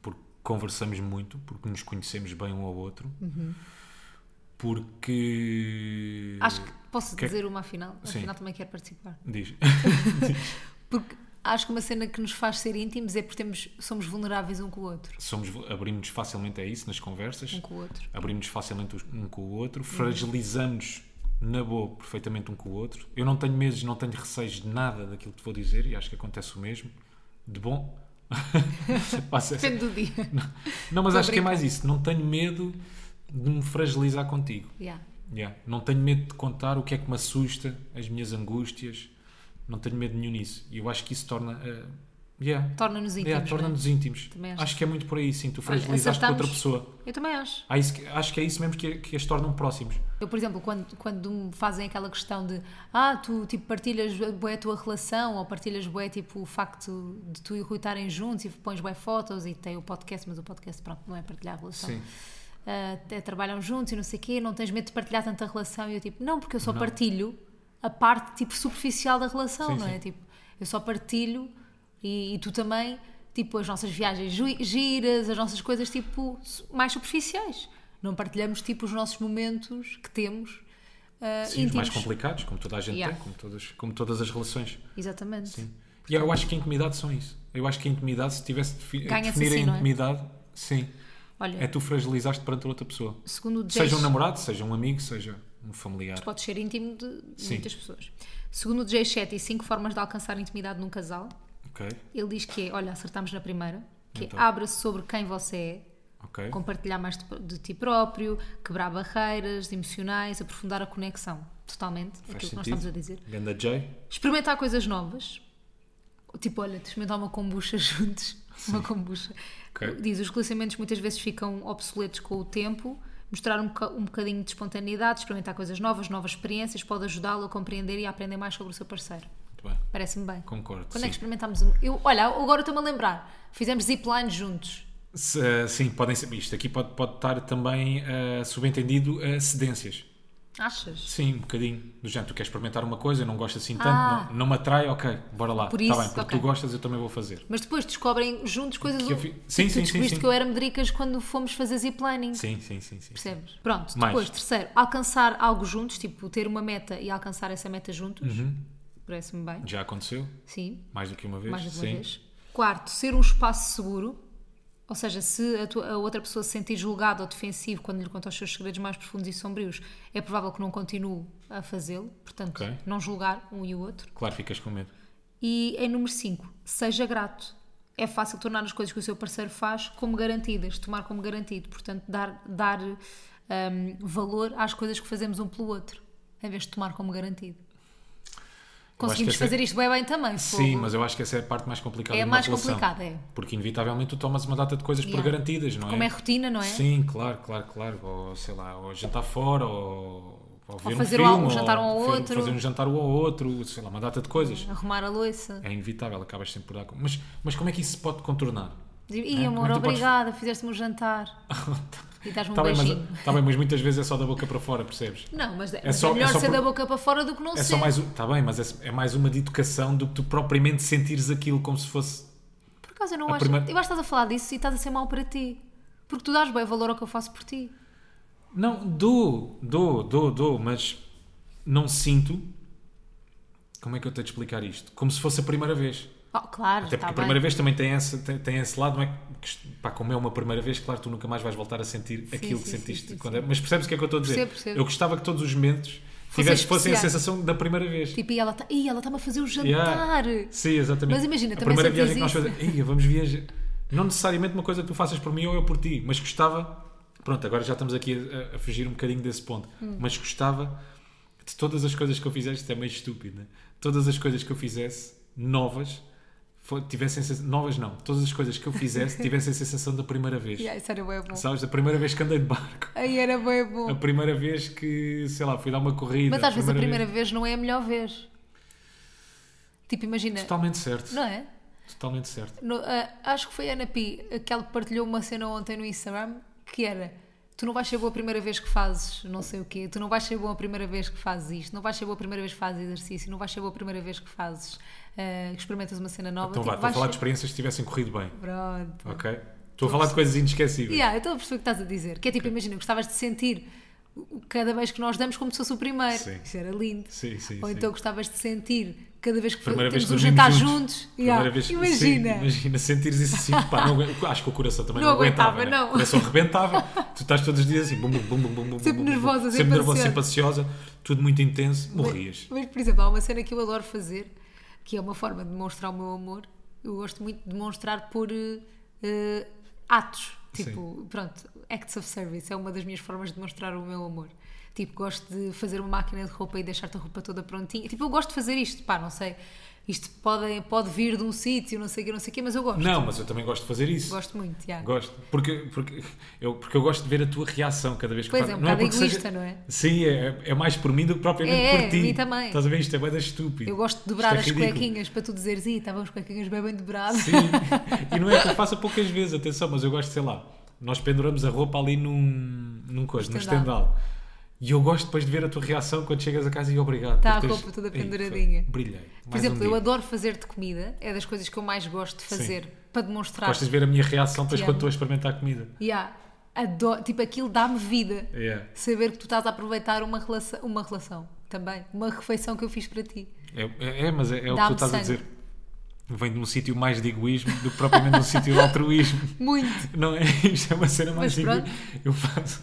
[SPEAKER 2] porque conversamos muito, porque nos conhecemos bem um ao outro,
[SPEAKER 1] Uhum.
[SPEAKER 2] porque.
[SPEAKER 1] Acho que posso
[SPEAKER 2] que é que-
[SPEAKER 1] dizer uma afinal.
[SPEAKER 2] Sim.
[SPEAKER 1] Afinal também quero participar.
[SPEAKER 2] Diz.
[SPEAKER 1] Porque acho que uma cena que nos faz ser íntimos é porque temos, somos vulneráveis um com o outro.
[SPEAKER 2] Somos, abrimos facilmente a isso nas conversas,
[SPEAKER 1] Um Uhum. com o outro.
[SPEAKER 2] abrimos facilmente os- um com o outro, fragilizamos na boa perfeitamente um com o outro. Eu não tenho meses, não tenho receios de nada daquilo que te vou dizer e acho que acontece o mesmo. De bom. Passa essa-
[SPEAKER 1] Depende do dia.
[SPEAKER 2] Não, mas
[SPEAKER 1] Tô a
[SPEAKER 2] acho que é
[SPEAKER 1] brincar.
[SPEAKER 2] mais isso. Não tenho medo de me fragilizar contigo.
[SPEAKER 1] Yeah.
[SPEAKER 2] Yeah. Não tenho medo de contar o que é que me assusta, as minhas angústias. Não tenho medo nenhum nisso. E eu acho que isso torna. eh, yeah.
[SPEAKER 1] Torna-nos íntimos. é?
[SPEAKER 2] Yeah, É, torna-nos íntimos.
[SPEAKER 1] Também acho.
[SPEAKER 2] Acho que é muito por aí, sim. Tu fragilizaste com outra
[SPEAKER 1] acertamos.
[SPEAKER 2] pessoa.
[SPEAKER 1] não é? Eu também acho.
[SPEAKER 2] Há isso que- acho que é isso mesmo que, que as tornam próximos.
[SPEAKER 1] Eu, por exemplo, quando, quando me fazem aquela questão de ah, tu tipo, partilhas bué a tua relação ou partilhas bué tipo, o facto de tu e o Rui estarem juntos e pões bué fotos e tem o podcast, mas o podcast pronto, não é partilhar a relação.
[SPEAKER 2] Sim.
[SPEAKER 1] Ah, até trabalham juntos e não sei o quê, não tens medo de partilhar tanta relação e eu tipo, não, porque eu só partilho a parte tipo superficial da relação,
[SPEAKER 2] Sim,
[SPEAKER 1] não é?
[SPEAKER 2] sim.
[SPEAKER 1] Tipo, eu só partilho e, e tu também, tipo, as nossas viagens ju- giras, as nossas coisas tipo su- mais superficiais. Não partilhamos tipo os nossos momentos que temos ah,
[SPEAKER 2] Sim, os
[SPEAKER 1] íntimos.
[SPEAKER 2] mais complicados, como toda a gente
[SPEAKER 1] Yeah.
[SPEAKER 2] tem, como todas, como todas as relações.
[SPEAKER 1] Exatamente.
[SPEAKER 2] E eu acho que a intimidade são isso. Eu acho que a intimidade, se tivesse de defi-
[SPEAKER 1] Ganha-se
[SPEAKER 2] definir
[SPEAKER 1] assim,
[SPEAKER 2] a
[SPEAKER 1] não é?
[SPEAKER 2] intimidade, sim.
[SPEAKER 1] Olha,
[SPEAKER 2] É tu fragilizaste perante outra pessoa.
[SPEAKER 1] segundo o
[SPEAKER 2] Seja um
[SPEAKER 1] Jason-
[SPEAKER 2] namorado, seja um amigo, seja um familiar.
[SPEAKER 1] Pode ser íntimo de de
[SPEAKER 2] Sim.
[SPEAKER 1] muitas pessoas. Segundo o DJ Chetty, cinco formas de alcançar intimidade num casal.
[SPEAKER 2] Ok,
[SPEAKER 1] Ele diz que é, olha, acertamos na primeira, que
[SPEAKER 2] Então.
[SPEAKER 1] é abra-se sobre quem você
[SPEAKER 2] ok.
[SPEAKER 1] é, compartilhar mais de, de ti próprio, quebrar barreiras emocionais, aprofundar a conexão. Totalmente, aquilo que nós estamos a dizer.
[SPEAKER 2] Ganda J.
[SPEAKER 1] Experimentar coisas novas. Tipo, olha, experimentar uma kombucha juntos. Uma kombucha.
[SPEAKER 2] Ok.
[SPEAKER 1] Diz, os relacionamentos muitas vezes ficam obsoletos com o tempo. Mostrar um, boca- um bocadinho de espontaneidade, experimentar coisas novas, novas experiências, pode ajudá-lo a compreender e a aprender mais sobre o seu parceiro.
[SPEAKER 2] Muito bem.
[SPEAKER 1] Parece-me bem.
[SPEAKER 2] Concordo.
[SPEAKER 1] Quando é que
[SPEAKER 2] sim.
[SPEAKER 1] experimentámos? um- Eu, olha, agora estou-me a lembrar. Fizemos zipline juntos.
[SPEAKER 2] Se, eh, sim, podem ser. Isto aqui pode, pode estar também eh, subentendido a cedências.
[SPEAKER 1] Achas?
[SPEAKER 2] Sim, um bocadinho. Do género, tu queres experimentar uma coisa, eu não gosto assim tanto,
[SPEAKER 1] Ah.
[SPEAKER 2] não, não me atrai, ok, bora lá.
[SPEAKER 1] Por
[SPEAKER 2] Tá
[SPEAKER 1] isso,
[SPEAKER 2] bem, porque
[SPEAKER 1] ok.
[SPEAKER 2] tu gostas, eu também vou fazer.
[SPEAKER 1] Mas depois descobrem juntos coisas. um. Tipo,
[SPEAKER 2] Que eu fi- Sim,
[SPEAKER 1] tu
[SPEAKER 2] sim, sim,
[SPEAKER 1] descobriste
[SPEAKER 2] sim.
[SPEAKER 1] que eu era medricas quando fomos fazer ziplining.
[SPEAKER 2] Sim, sim, sim. sim.
[SPEAKER 1] Percebes? Pronto,
[SPEAKER 2] Mais.
[SPEAKER 1] depois, terceiro, alcançar algo juntos, tipo ter uma meta e alcançar essa meta juntos.
[SPEAKER 2] Uhum.
[SPEAKER 1] Parece-me bem.
[SPEAKER 2] Já aconteceu?
[SPEAKER 1] Sim,
[SPEAKER 2] Mais do que uma vez?
[SPEAKER 1] mais de uma
[SPEAKER 2] sim.
[SPEAKER 1] vez. Quarto, ser um espaço seguro. Ou seja, se a, tua- a outra pessoa se sentir julgada ou defensivo quando lhe conta os seus segredos mais profundos e sombrios, é provável que não continue a fazê-lo. Portanto,
[SPEAKER 2] Ok.
[SPEAKER 1] não julgar um e o outro.
[SPEAKER 2] Claro, ficas com medo.
[SPEAKER 1] E em número 5, seja grato. É fácil tornar as coisas que o seu parceiro faz como garantidas, tomar como garantido. Portanto, dar, dar hum, valor às coisas que fazemos um pelo outro, em vez de tomar como garantido. Conseguimos
[SPEAKER 2] essa é-
[SPEAKER 1] fazer isto bem, bem também, fogo.
[SPEAKER 2] Sim, mas eu acho que essa é a parte mais complicada
[SPEAKER 1] É
[SPEAKER 2] de uma
[SPEAKER 1] mais
[SPEAKER 2] relação.
[SPEAKER 1] complicada, é.
[SPEAKER 2] Porque inevitavelmente tu tomas uma data de coisas por
[SPEAKER 1] Yeah.
[SPEAKER 2] garantidas, não
[SPEAKER 1] Como é
[SPEAKER 2] é?
[SPEAKER 1] rotina, não é?
[SPEAKER 2] Sim, claro, claro, claro. Ou sei lá, ou jantar fora, ou, ou ver
[SPEAKER 1] fazer
[SPEAKER 2] um filme,
[SPEAKER 1] um jantar um ao
[SPEAKER 2] ou ver-
[SPEAKER 1] outro.
[SPEAKER 2] fazer um jantar um ao outro, sei lá, uma data de coisas.
[SPEAKER 1] Arrumar a louça.
[SPEAKER 2] É inevitável, acabas sempre por dar. com- Mas, mas como é que isso se pode contornar?
[SPEAKER 1] Dizer, Ih,
[SPEAKER 2] É, como é
[SPEAKER 1] amor,
[SPEAKER 2] que tu podes-
[SPEAKER 1] obrigada, fizeste-me um jantar. e dás-me um
[SPEAKER 2] Está bem, mas,
[SPEAKER 1] beijinho.
[SPEAKER 2] tá bem, mas muitas vezes é só da boca para fora, percebes?
[SPEAKER 1] Não, mas mas é,
[SPEAKER 2] só- é
[SPEAKER 1] melhor
[SPEAKER 2] só
[SPEAKER 1] ser
[SPEAKER 2] por-
[SPEAKER 1] da boca para fora do que não
[SPEAKER 2] É
[SPEAKER 1] ser.
[SPEAKER 2] só mais, um- tá bem, mas é, é mais uma de educação do que tu propriamente sentires aquilo como se fosse.
[SPEAKER 1] Por acaso eu não
[SPEAKER 2] A
[SPEAKER 1] acho.
[SPEAKER 2] primeira-
[SPEAKER 1] Eu acho que estás a falar disso e estás a ser mau para ti. Porque tu dás bem valor ao que eu faço por ti.
[SPEAKER 2] Não, dou, dou, dou, dou, mas não sinto. Como é que eu tenho de explicar isto? Como se fosse a primeira vez.
[SPEAKER 1] Oh, claro,
[SPEAKER 2] Até porque
[SPEAKER 1] está
[SPEAKER 2] a
[SPEAKER 1] bem.
[SPEAKER 2] primeira vez também tem esse, tem, tem esse lado, não é? Que, pá, como é uma primeira vez, claro, tu nunca mais vais voltar a sentir aquilo que
[SPEAKER 1] sim,
[SPEAKER 2] sentiste.
[SPEAKER 1] sim, sim,
[SPEAKER 2] quando é- Mas percebes o que é que eu estou a dizer?
[SPEAKER 1] Percebo, percebo.
[SPEAKER 2] Eu gostava que todos os momentos
[SPEAKER 1] Fossem
[SPEAKER 2] tivesse, fossem a
[SPEAKER 1] especiais.
[SPEAKER 2] sensação da primeira vez.
[SPEAKER 1] Tipo, e ela está. Ih, ela está-me a fazer o jantar!
[SPEAKER 2] Yeah. Sim, exatamente.
[SPEAKER 1] Mas imagina,
[SPEAKER 2] a
[SPEAKER 1] também
[SPEAKER 2] primeira
[SPEAKER 1] sentias
[SPEAKER 2] viagem que nós
[SPEAKER 1] isso.
[SPEAKER 2] fazemos, "Ia, vamos viajar. Não necessariamente uma coisa que tu faças por mim ou eu por ti, mas gostava. Pronto, agora já estamos aqui a, a fugir um bocadinho desse ponto,
[SPEAKER 1] Hum.
[SPEAKER 2] mas gostava de todas as coisas que eu fizesse, isto é meio estúpido, né? todas as coisas que eu fizesse novas fo- tivessem sensa- novas não, todas as coisas que eu fizesse tivessem a sensação da primeira vez.
[SPEAKER 1] Yeah, isso era bem bom.
[SPEAKER 2] Sabes, da primeira vez que andei de barco,
[SPEAKER 1] Aí era bem bom.
[SPEAKER 2] a primeira vez que, sei lá, fui dar uma corrida.
[SPEAKER 1] Mas às vezes a primeira vez. não é a melhor vez. Tipo, imagina.
[SPEAKER 2] Totalmente certo,
[SPEAKER 1] Não é?
[SPEAKER 2] totalmente certo.
[SPEAKER 1] No- ah, acho que foi a Ana Pi que ela partilhou uma cena ontem no Instagram que era tu não vais ser boa a primeira vez que fazes não sei o quê, tu não vais ser boa a primeira vez que fazes isto, não vais ser boa a primeira vez que fazes exercício, não vais ser boa a primeira vez que fazes ah, que experimentas uma cena nova.
[SPEAKER 2] Então
[SPEAKER 1] tipo,
[SPEAKER 2] vá, estou a falar de
[SPEAKER 1] ser-
[SPEAKER 2] experiências que tivessem corrido bem,
[SPEAKER 1] Pronto.
[SPEAKER 2] ok? Estou a falar de coisas inesquecíveis.
[SPEAKER 1] Yeah, então eu estou a perceber o que estás a dizer. Que é tipo, imagina, gostavas de sentir o- cada vez que nós damos como se fosse o primeiro.
[SPEAKER 2] Sim.
[SPEAKER 1] Isso era lindo.
[SPEAKER 2] Sim, sim,
[SPEAKER 1] Ou
[SPEAKER 2] sim.
[SPEAKER 1] então gostavas de sentir cada vez que fa-
[SPEAKER 2] Primeira vez
[SPEAKER 1] temos
[SPEAKER 2] que
[SPEAKER 1] um
[SPEAKER 2] dormimos
[SPEAKER 1] jantar
[SPEAKER 2] juntos.
[SPEAKER 1] juntos.
[SPEAKER 2] Primeira
[SPEAKER 1] Yeah,
[SPEAKER 2] vez que-
[SPEAKER 1] Imagina.
[SPEAKER 2] Sim, imagina, sentires isso assim, pá, não aguento- acho que o coração também
[SPEAKER 1] Não
[SPEAKER 2] não, aguentava,
[SPEAKER 1] aguentava,
[SPEAKER 2] né?
[SPEAKER 1] não.
[SPEAKER 2] O coração rebentava, tu estás todos os dias assim, bum, bum, bum, bum, bum, bum,
[SPEAKER 1] Sempre
[SPEAKER 2] bum, bum,
[SPEAKER 1] nervosa, sempre
[SPEAKER 2] sempre nervosa,
[SPEAKER 1] ansiosa.
[SPEAKER 2] sempre ansiosa, tudo muito intenso, morrias.
[SPEAKER 1] Mas, por exemplo, há uma cena que eu adoro fazer, que é uma forma de demonstrar o meu amor. Eu gosto muito de demonstrar por eh, eh, atos. Tipo, pronto, acts of service é uma das minhas formas de demonstrar o meu amor. Tipo, gosto de fazer uma máquina de roupa e deixar-te a roupa toda prontinha. Tipo, eu gosto de fazer isto, pá, não sei. Isto pode, pode vir de um sítio, não sei o que, não sei o que, mas eu gosto.
[SPEAKER 2] Não, mas eu também gosto de fazer isso.
[SPEAKER 1] Gosto muito, já.
[SPEAKER 2] Gosto, porque, porque, eu, porque eu gosto de ver a tua reação cada vez que
[SPEAKER 1] Pois
[SPEAKER 2] eu
[SPEAKER 1] é, um
[SPEAKER 2] faço.
[SPEAKER 1] bocado
[SPEAKER 2] porque seja-
[SPEAKER 1] egoísta, não é?
[SPEAKER 2] Sim, é, é mais por mim do que propriamente
[SPEAKER 1] É, é,
[SPEAKER 2] por ti.
[SPEAKER 1] a mim também.
[SPEAKER 2] Estás a ver? Isto é bem estúpido.
[SPEAKER 1] Eu gosto de dobrar
[SPEAKER 2] Isto é
[SPEAKER 1] as
[SPEAKER 2] ridículo.
[SPEAKER 1] cuequinhas para tu dizeres, ih, estavam as cuequinhas bem bem dobradas.
[SPEAKER 2] Sim, e não é que eu faça poucas vezes, atenção, mas eu gosto, sei lá, nós penduramos a roupa ali num, num coisa, num
[SPEAKER 1] Estendal.
[SPEAKER 2] estendal. E eu gosto depois de ver a tua reação quando chegas a casa e obrigado.
[SPEAKER 1] Tá
[SPEAKER 2] por
[SPEAKER 1] a
[SPEAKER 2] teres-
[SPEAKER 1] roupa toda
[SPEAKER 2] Ei, foi-
[SPEAKER 1] penduradinha.
[SPEAKER 2] brilhei.
[SPEAKER 1] Por
[SPEAKER 2] mais um
[SPEAKER 1] exemplo, eu
[SPEAKER 2] dia.
[SPEAKER 1] adoro fazer de comida, é das coisas que eu mais gosto de fazer para demonstrar.
[SPEAKER 2] Gostas de ver a minha reação depois
[SPEAKER 1] te
[SPEAKER 2] quando
[SPEAKER 1] amo.
[SPEAKER 2] estou a experimentar a comida. É,
[SPEAKER 1] Yeah. Adoro- tipo, aquilo dá-me vida.
[SPEAKER 2] Yeah.
[SPEAKER 1] Saber que tu estás a aproveitar uma relação, uma relação também, uma refeição que eu fiz para ti.
[SPEAKER 2] É, é, é, mas é, é o que tu
[SPEAKER 1] Dá-me
[SPEAKER 2] estás a
[SPEAKER 1] sangue.
[SPEAKER 2] dizer. Vem de um sítio mais de egoísmo do que propriamente de um sítio de altruísmo.
[SPEAKER 1] Muito.
[SPEAKER 2] Não é? Isto é uma cena mais
[SPEAKER 1] Mas pronto.
[SPEAKER 2] egoísta. Eu faço.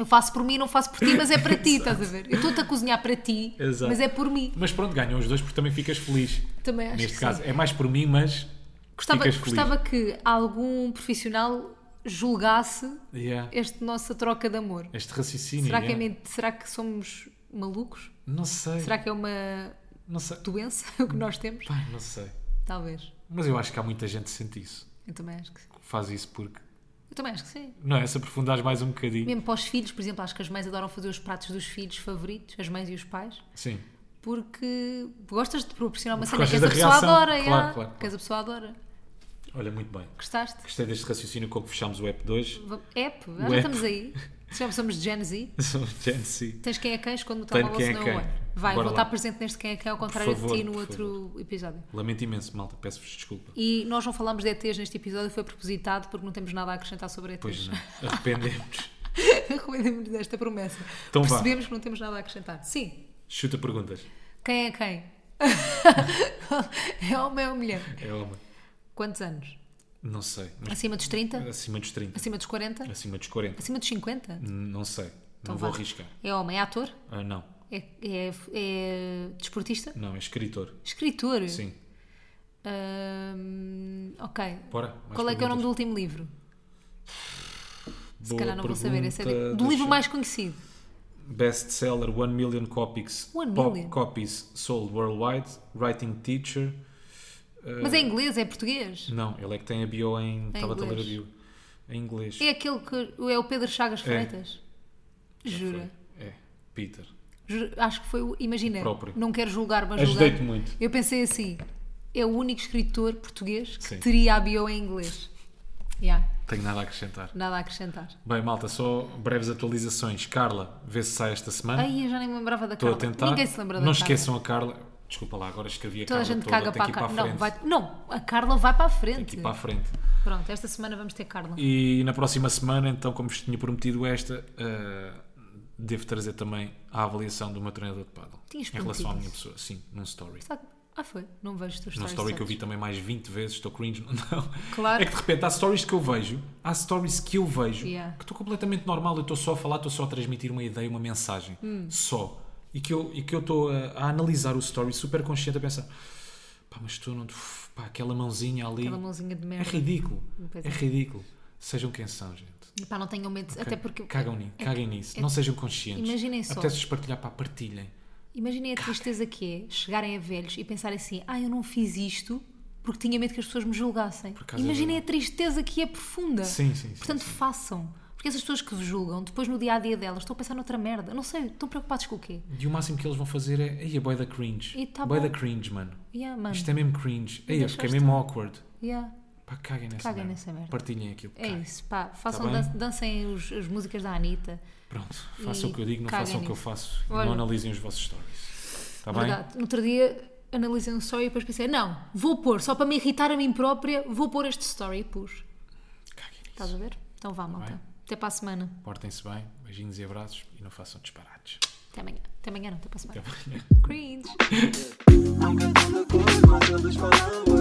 [SPEAKER 1] Eu faço por mim, não faço por ti, mas é para ti, estás a ver? Eu estou-te a cozinhar para ti,
[SPEAKER 2] Exato.
[SPEAKER 1] mas é por mim.
[SPEAKER 2] Mas pronto, ganham os dois porque também ficas feliz.
[SPEAKER 1] Também acho
[SPEAKER 2] Neste
[SPEAKER 1] que
[SPEAKER 2] caso,
[SPEAKER 1] sim.
[SPEAKER 2] é mais por mim, mas
[SPEAKER 1] Gostava,
[SPEAKER 2] ficas feliz.
[SPEAKER 1] gostava que algum profissional julgasse
[SPEAKER 2] Yeah.
[SPEAKER 1] esta nossa troca de amor.
[SPEAKER 2] Este raciocínio.
[SPEAKER 1] Será que, é
[SPEAKER 2] yeah.
[SPEAKER 1] mente- será que somos malucos?
[SPEAKER 2] Não sei.
[SPEAKER 1] Será que é uma
[SPEAKER 2] Não sei.
[SPEAKER 1] doença o que nós temos?
[SPEAKER 2] Pá, não sei.
[SPEAKER 1] Talvez.
[SPEAKER 2] Mas eu acho que há muita gente que sente isso.
[SPEAKER 1] Eu também acho que sim.
[SPEAKER 2] que Faz isso porque.
[SPEAKER 1] Eu também acho que sim.
[SPEAKER 2] Não é? Se aprofundares mais um bocadinho.
[SPEAKER 1] Mesmo para os filhos, por exemplo, acho que as mães adoram fazer os pratos dos filhos favoritos, as mães e os pais,
[SPEAKER 2] Sim.
[SPEAKER 1] porque gostas de proporcionar uma
[SPEAKER 2] Porque
[SPEAKER 1] cena que
[SPEAKER 2] gostas da
[SPEAKER 1] essa pessoa
[SPEAKER 2] reação.
[SPEAKER 1] adora.
[SPEAKER 2] Claro,
[SPEAKER 1] yeah.
[SPEAKER 2] claro, claro.
[SPEAKER 1] Que essa pessoa adora.
[SPEAKER 2] Olha, muito bem.
[SPEAKER 1] Gostaste?
[SPEAKER 2] Gostei deste raciocínio com que fechámos o app 2.
[SPEAKER 1] Va- App,
[SPEAKER 2] O
[SPEAKER 1] já
[SPEAKER 2] app.
[SPEAKER 1] estamos aí. Já somos de Gen Z.
[SPEAKER 2] Gente, sim.
[SPEAKER 1] Tens quem é quem, esconde no
[SPEAKER 2] Tenho
[SPEAKER 1] telemóvel,
[SPEAKER 2] quem é
[SPEAKER 1] senão
[SPEAKER 2] quem.
[SPEAKER 1] eu olho. Vai,
[SPEAKER 2] Bora
[SPEAKER 1] vou
[SPEAKER 2] lá.
[SPEAKER 1] estar presente neste quem é quem, ao contrário
[SPEAKER 2] favor,
[SPEAKER 1] de ti no
[SPEAKER 2] por
[SPEAKER 1] outro episódio.
[SPEAKER 2] Lamento imenso, malta. Peço-vos desculpa.
[SPEAKER 1] E nós não falámos de ETs neste episódio, foi propositado, porque não temos nada a acrescentar sobre ETs.
[SPEAKER 2] Pois não. Arrependemos.
[SPEAKER 1] Arrependemos desta promessa.
[SPEAKER 2] Então vá.
[SPEAKER 1] Percebemos que não temos nada a acrescentar. Sim.
[SPEAKER 2] Chuta perguntas.
[SPEAKER 1] Quem é quem? é homem ou mulher?
[SPEAKER 2] É homem.
[SPEAKER 1] Quantos anos?
[SPEAKER 2] Não sei. Mas
[SPEAKER 1] Acima dos 30?
[SPEAKER 2] acima dos 30.
[SPEAKER 1] Acima dos 40?
[SPEAKER 2] Acima dos 40.
[SPEAKER 1] Acima dos 50?
[SPEAKER 2] Não sei.
[SPEAKER 1] Então
[SPEAKER 2] não vou
[SPEAKER 1] vá.
[SPEAKER 2] arriscar.
[SPEAKER 1] É homem, é ator?
[SPEAKER 2] Ah, não.
[SPEAKER 1] É, é, é desportista?
[SPEAKER 2] Não, é escritor.
[SPEAKER 1] Escritor?
[SPEAKER 2] Sim.
[SPEAKER 1] Ahm, ok.
[SPEAKER 2] Bora. mais
[SPEAKER 1] Qual é que é o nome
[SPEAKER 2] perguntas.
[SPEAKER 1] do último livro? Se
[SPEAKER 2] Boa
[SPEAKER 1] calhar não vou saber. Esse é de-
[SPEAKER 2] pergunta.
[SPEAKER 1] do
[SPEAKER 2] Deixa-
[SPEAKER 1] livro mais conhecido.
[SPEAKER 2] Best seller, 1 million copies,
[SPEAKER 1] One
[SPEAKER 2] pop-
[SPEAKER 1] million?
[SPEAKER 2] copies sold worldwide, writing teacher.
[SPEAKER 1] Mas é inglês, é português?
[SPEAKER 2] Eh, Não, ele é que tem a bio em. Estava a ler a
[SPEAKER 1] inglês.
[SPEAKER 2] bio. Em inglês.
[SPEAKER 1] É aquele que. É o Pedro Chagas Freitas? Jura?
[SPEAKER 2] É, Peter.
[SPEAKER 1] Juro, Acho que foi o. Imagina,
[SPEAKER 2] O próprio.
[SPEAKER 1] não quero julgar, mas
[SPEAKER 2] Ajudei-te
[SPEAKER 1] julgar.
[SPEAKER 2] muito.
[SPEAKER 1] Eu pensei assim: é o único escritor português que
[SPEAKER 2] Sim.
[SPEAKER 1] teria a bio em inglês. Yeah,
[SPEAKER 2] Tenho nada a acrescentar.
[SPEAKER 1] nada a acrescentar.
[SPEAKER 2] Bem, malta, só breves atualizações. Carla, vê se sai esta semana.
[SPEAKER 1] Ai, eu já nem me lembrava da
[SPEAKER 2] Estou Ah. a
[SPEAKER 1] Carla.
[SPEAKER 2] tentar.
[SPEAKER 1] Ninguém se lembra da
[SPEAKER 2] Não
[SPEAKER 1] Carla.
[SPEAKER 2] esqueçam a Carla. Desculpa lá, agora escrevi a
[SPEAKER 1] Toda a
[SPEAKER 2] Carla
[SPEAKER 1] gente
[SPEAKER 2] toda.
[SPEAKER 1] caga
[SPEAKER 2] Tem
[SPEAKER 1] para
[SPEAKER 2] que
[SPEAKER 1] a
[SPEAKER 2] ir para a
[SPEAKER 1] Carla.
[SPEAKER 2] frente.
[SPEAKER 1] Não, vai- não, a Carla vai para a
[SPEAKER 2] Tem que
[SPEAKER 1] frente.
[SPEAKER 2] ir para a frente.
[SPEAKER 1] Pronto, esta semana vamos ter Carla.
[SPEAKER 2] E na próxima semana, então, como vos tinha prometido esta, ah, devo trazer também a avaliação do meu treinador de paddle.
[SPEAKER 1] Tinhas
[SPEAKER 2] Em relação à
[SPEAKER 1] prometido
[SPEAKER 2] minha pessoa, sim, num story.
[SPEAKER 1] Sabe- Ah, foi. Não vejo os teus
[SPEAKER 2] Numa
[SPEAKER 1] stories
[SPEAKER 2] story que eu vi
[SPEAKER 1] todos.
[SPEAKER 2] também mais 20 vezes, estou cringe. Não.
[SPEAKER 1] Claro.
[SPEAKER 2] É que de repente há stories que eu vejo, há stories que eu vejo,
[SPEAKER 1] Yeah.
[SPEAKER 2] que estou completamente normal, eu estou só a falar, estou só a transmitir uma ideia, uma mensagem.
[SPEAKER 1] Hum.
[SPEAKER 2] Só. E que eu e que eu estou a, a analisar o story super consciente, a pensar, pá, mas tu não. Pá, aquela mãozinha ali.
[SPEAKER 1] Aquela mãozinha de
[SPEAKER 2] É
[SPEAKER 1] merda.
[SPEAKER 2] ridículo.
[SPEAKER 1] Pois
[SPEAKER 2] É
[SPEAKER 1] é.
[SPEAKER 2] ridículo. Sejam quem são, gente.
[SPEAKER 1] Pá, não tenham medo. Até porque.
[SPEAKER 2] Cagam ni-
[SPEAKER 1] é-
[SPEAKER 2] caguem nisso. não sejam conscientes.
[SPEAKER 1] Imaginem só.
[SPEAKER 2] Apetece-vos partilhar, pá, partilhem.
[SPEAKER 1] Imaginem a tristeza que é chegarem a velhos e pensarem assim: ah, eu não fiz isto porque tinha medo que as pessoas me julgassem.
[SPEAKER 2] causa
[SPEAKER 1] Imaginem
[SPEAKER 2] do-
[SPEAKER 1] a tristeza que é profunda.
[SPEAKER 2] Sim, sim, sim,
[SPEAKER 1] Portanto, façam. Porque essas pessoas que vos julgam, depois no dia a dia delas, estão a pensar noutra merda. Não sei, estão preocupados com o quê?
[SPEAKER 2] E o máximo que eles vão fazer é. Ei, a boy da cringe.
[SPEAKER 1] E tá
[SPEAKER 2] boy
[SPEAKER 1] bom.
[SPEAKER 2] da cringe, mano.
[SPEAKER 1] Yeah, mano.
[SPEAKER 2] Isto é mesmo cringe. Ei, eu fiquei
[SPEAKER 1] deixaste-
[SPEAKER 2] mesmo awkward.
[SPEAKER 1] Yeah.
[SPEAKER 2] Pá, caguem nessa,
[SPEAKER 1] Caguem
[SPEAKER 2] merda.
[SPEAKER 1] nessa merda.
[SPEAKER 2] Partilhem aquilo.
[SPEAKER 1] É
[SPEAKER 2] Caguem.
[SPEAKER 1] isso, pá. Façam,
[SPEAKER 2] tá bem?
[SPEAKER 1] dan- dancem os- as músicas da Anitta.
[SPEAKER 2] Pronto, façam
[SPEAKER 1] E
[SPEAKER 2] o que eu digo, não
[SPEAKER 1] caguem
[SPEAKER 2] façam o que eu
[SPEAKER 1] nisso.
[SPEAKER 2] faço. E
[SPEAKER 1] Olha.
[SPEAKER 2] Não analisem os vossos stories. Está Tá bem?
[SPEAKER 1] Verdade. No outro dia analisei um story e depois pensei: não, vou pôr, só para me irritar a mim própria, vou pôr este story e pus.
[SPEAKER 2] Caguem nisso.
[SPEAKER 1] Estás a ver? Então vá, malta.
[SPEAKER 2] Tá bem.
[SPEAKER 1] Até para a semana.
[SPEAKER 2] Portem-se bem, beijinhos e abraços e não façam disparates.
[SPEAKER 1] Até amanhã. Até amanhã, não, até para a semana.
[SPEAKER 2] Até amanhã.
[SPEAKER 1] Cringe.
[SPEAKER 3] Nunca tão de cor, mas eles falam